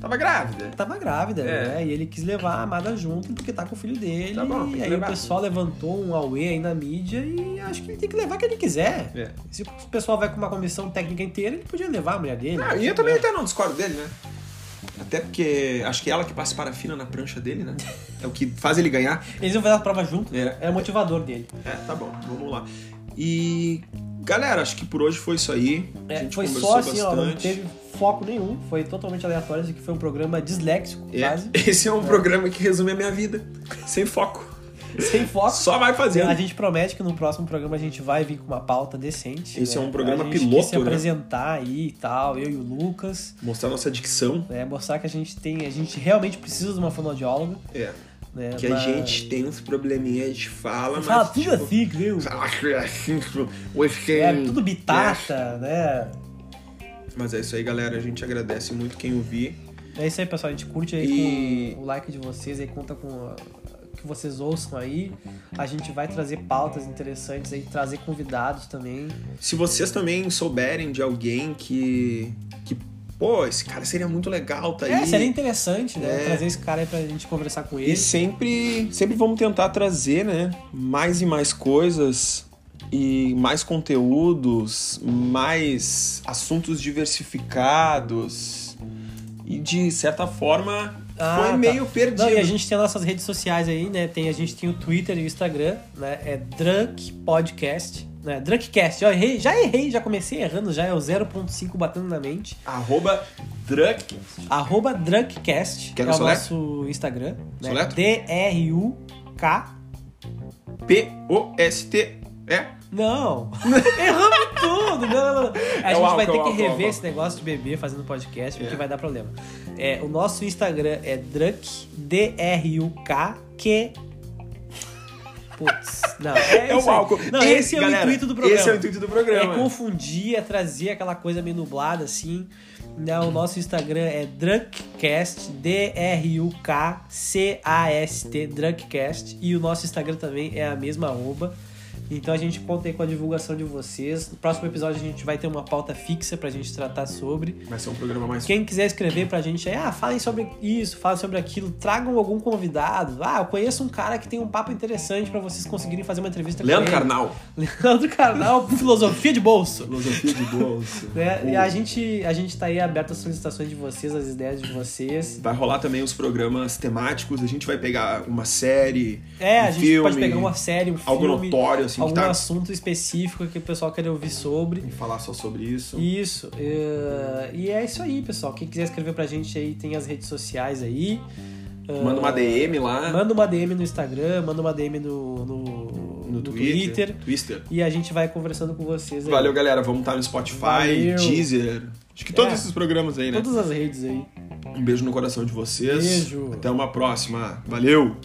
Speaker 1: Tava grávida.
Speaker 2: tava grávida,
Speaker 1: É.
Speaker 2: né? E ele quis levar a amada junto porque tá com o filho dele.
Speaker 1: Tá bom, tem que
Speaker 2: e aí
Speaker 1: levar.
Speaker 2: o pessoal levantou um auê aí na mídia e acho que ele tem que levar quem ele quiser.
Speaker 1: É.
Speaker 2: Se o pessoal vai com uma comissão técnica inteira, ele podia levar a mulher dele.
Speaker 1: Ah, e eu também até não discordo dele, né? Até porque acho que é ela que passa parafina na prancha dele, né? É o que faz ele ganhar.
Speaker 2: Eles iam fazer a prova junto,
Speaker 1: É.
Speaker 2: era motivador dele.
Speaker 1: É, tá bom, vamos lá. E Galera, acho que por hoje foi isso aí. a
Speaker 2: É,
Speaker 1: gente
Speaker 2: foi
Speaker 1: conversou
Speaker 2: só assim, ó, não
Speaker 1: bastante.
Speaker 2: teve foco nenhum, foi totalmente aleatório, isso aqui foi um programa disléxico,
Speaker 1: É,
Speaker 2: quase,
Speaker 1: [laughs]
Speaker 2: [laughs]
Speaker 1: esse é um programa que resume a minha vida. Sem foco.
Speaker 2: sem foco.
Speaker 1: Só vai fazendo.
Speaker 2: A gente promete que no próximo programa a gente vai vir com uma pauta decente.
Speaker 1: Esse
Speaker 2: né?
Speaker 1: é um programa
Speaker 2: a gente
Speaker 1: piloto,
Speaker 2: quis se
Speaker 1: né?
Speaker 2: apresentar aí e tal, eu e o Lucas,
Speaker 1: Mostrar nossa dicção.
Speaker 2: né? Mostrar que a gente tem, a gente realmente precisa de uma fonoaudióloga,
Speaker 1: É.
Speaker 2: né?
Speaker 1: Que a
Speaker 2: pra-
Speaker 1: gente tem uns probleminhas, a gente fala, mas.
Speaker 2: fala tudo
Speaker 1: tipo,
Speaker 2: assim, viu?
Speaker 1: fala que é assim, tipo, hoje tem-
Speaker 2: É, tudo bitata, né?
Speaker 1: Mas é isso aí, galera. A gente agradece muito quem ouvir.
Speaker 2: É isso aí, pessoal. A gente curte aí
Speaker 1: E-
Speaker 2: com o like de vocês aí, conta com a- que vocês ouçam aí. A gente vai trazer pautas interessantes aí, trazer convidados também.
Speaker 1: Se vocês também souberem de alguém que. que, pô, esse cara seria muito legal, tá
Speaker 2: É,
Speaker 1: aí.
Speaker 2: seria interessante,
Speaker 1: É.
Speaker 2: né? Trazer esse cara aí pra gente conversar com
Speaker 1: E
Speaker 2: ele.
Speaker 1: sempre, sempre vamos tentar trazer, né, mais e mais coisas e mais conteúdos, mais assuntos diversificados. E de certa forma
Speaker 2: Ah,
Speaker 1: foi
Speaker 2: tá.
Speaker 1: meio perdido.
Speaker 2: Não, e a gente tem nossas redes sociais aí, né? Tem, a gente tem o Twitter e o Instagram, né? É Drunk Podcast, né? Drunkcast. Eu errei, já errei, já comecei errando, já é o 0.5 batendo na mente.
Speaker 1: Arroba Drunk.
Speaker 2: Arroba Drunkcast
Speaker 1: Quer
Speaker 2: é
Speaker 1: que eu
Speaker 2: o
Speaker 1: soletre?
Speaker 2: nosso Instagram. Né?
Speaker 1: Soletra?
Speaker 2: D-R-U-K.
Speaker 1: P-O-S-T. É.
Speaker 2: Não! [laughs] Erramos tudo! Não, não, não. A
Speaker 1: É
Speaker 2: gente
Speaker 1: o álcool,
Speaker 2: vai ter
Speaker 1: é o
Speaker 2: que
Speaker 1: álcool, é
Speaker 2: rever
Speaker 1: o álcool.
Speaker 2: esse negócio de beber fazendo podcast, porque
Speaker 1: É.
Speaker 2: vai dar problema. É, o nosso Instagram é drunk, D-R-U-K, Q. Putz, não. É,
Speaker 1: É, o
Speaker 2: isso aí.
Speaker 1: álcool.
Speaker 2: Não, esse, é
Speaker 1: galera,
Speaker 2: o intuito do programa.
Speaker 1: Esse é o intuito do
Speaker 2: É
Speaker 1: programa.
Speaker 2: confundir, é trazer aquela coisa meio nublada assim. Não, o nosso Instagram é Drunkcast, D-R-U-K-C-A-S-T, Drunkcast. E o nosso Instagram também é a mesma arroba. Então a gente conta aí com a divulgação de vocês. No próximo episódio a gente vai ter uma pauta fixa pra gente tratar sobre.
Speaker 1: Vai ser um programa mais
Speaker 2: Quem quiser escrever pra gente aí, ah, falem sobre isso, falem sobre aquilo, tragam algum convidado. Ah, eu conheço um cara que tem um papo interessante pra vocês conseguirem fazer uma entrevista
Speaker 1: Leandro
Speaker 2: com ele.
Speaker 1: Carnal.
Speaker 2: [laughs] Leandro Carnal, Filosofia de Bolso.
Speaker 1: Filosofia de bolsa.
Speaker 2: [laughs] Né? E a gente, a gente tá aí aberto às solicitações de vocês, às ideias de vocês.
Speaker 1: Vai rolar também os programas temáticos, a gente vai pegar uma série,
Speaker 2: É, a
Speaker 1: Um
Speaker 2: gente
Speaker 1: filme,
Speaker 2: pode pegar uma série, um
Speaker 1: algo
Speaker 2: filme,
Speaker 1: notório, assim,
Speaker 2: algum
Speaker 1: que tá.
Speaker 2: assunto específico que o pessoal quer ouvir sobre.
Speaker 1: E falar só sobre isso.
Speaker 2: Isso. eh, E é isso aí, pessoal. Quem quiser escrever pra gente aí, tem as redes sociais aí.
Speaker 1: Manda uma DM lá
Speaker 2: Manda uma DM no Instagram, manda uma DM no, no,
Speaker 1: no,
Speaker 2: no
Speaker 1: Twitter.
Speaker 2: Twitter.
Speaker 1: Twister.
Speaker 2: E a gente vai conversando com vocês aí.
Speaker 1: Valeu, galera. Vamos estar no Spotify,
Speaker 2: Valeu.
Speaker 1: Deezer. Acho que todos
Speaker 2: É.
Speaker 1: esses programas aí, né?
Speaker 2: Todas as redes aí.
Speaker 1: Um beijo no coração de vocês.
Speaker 2: Beijo.
Speaker 1: Até uma próxima. Valeu!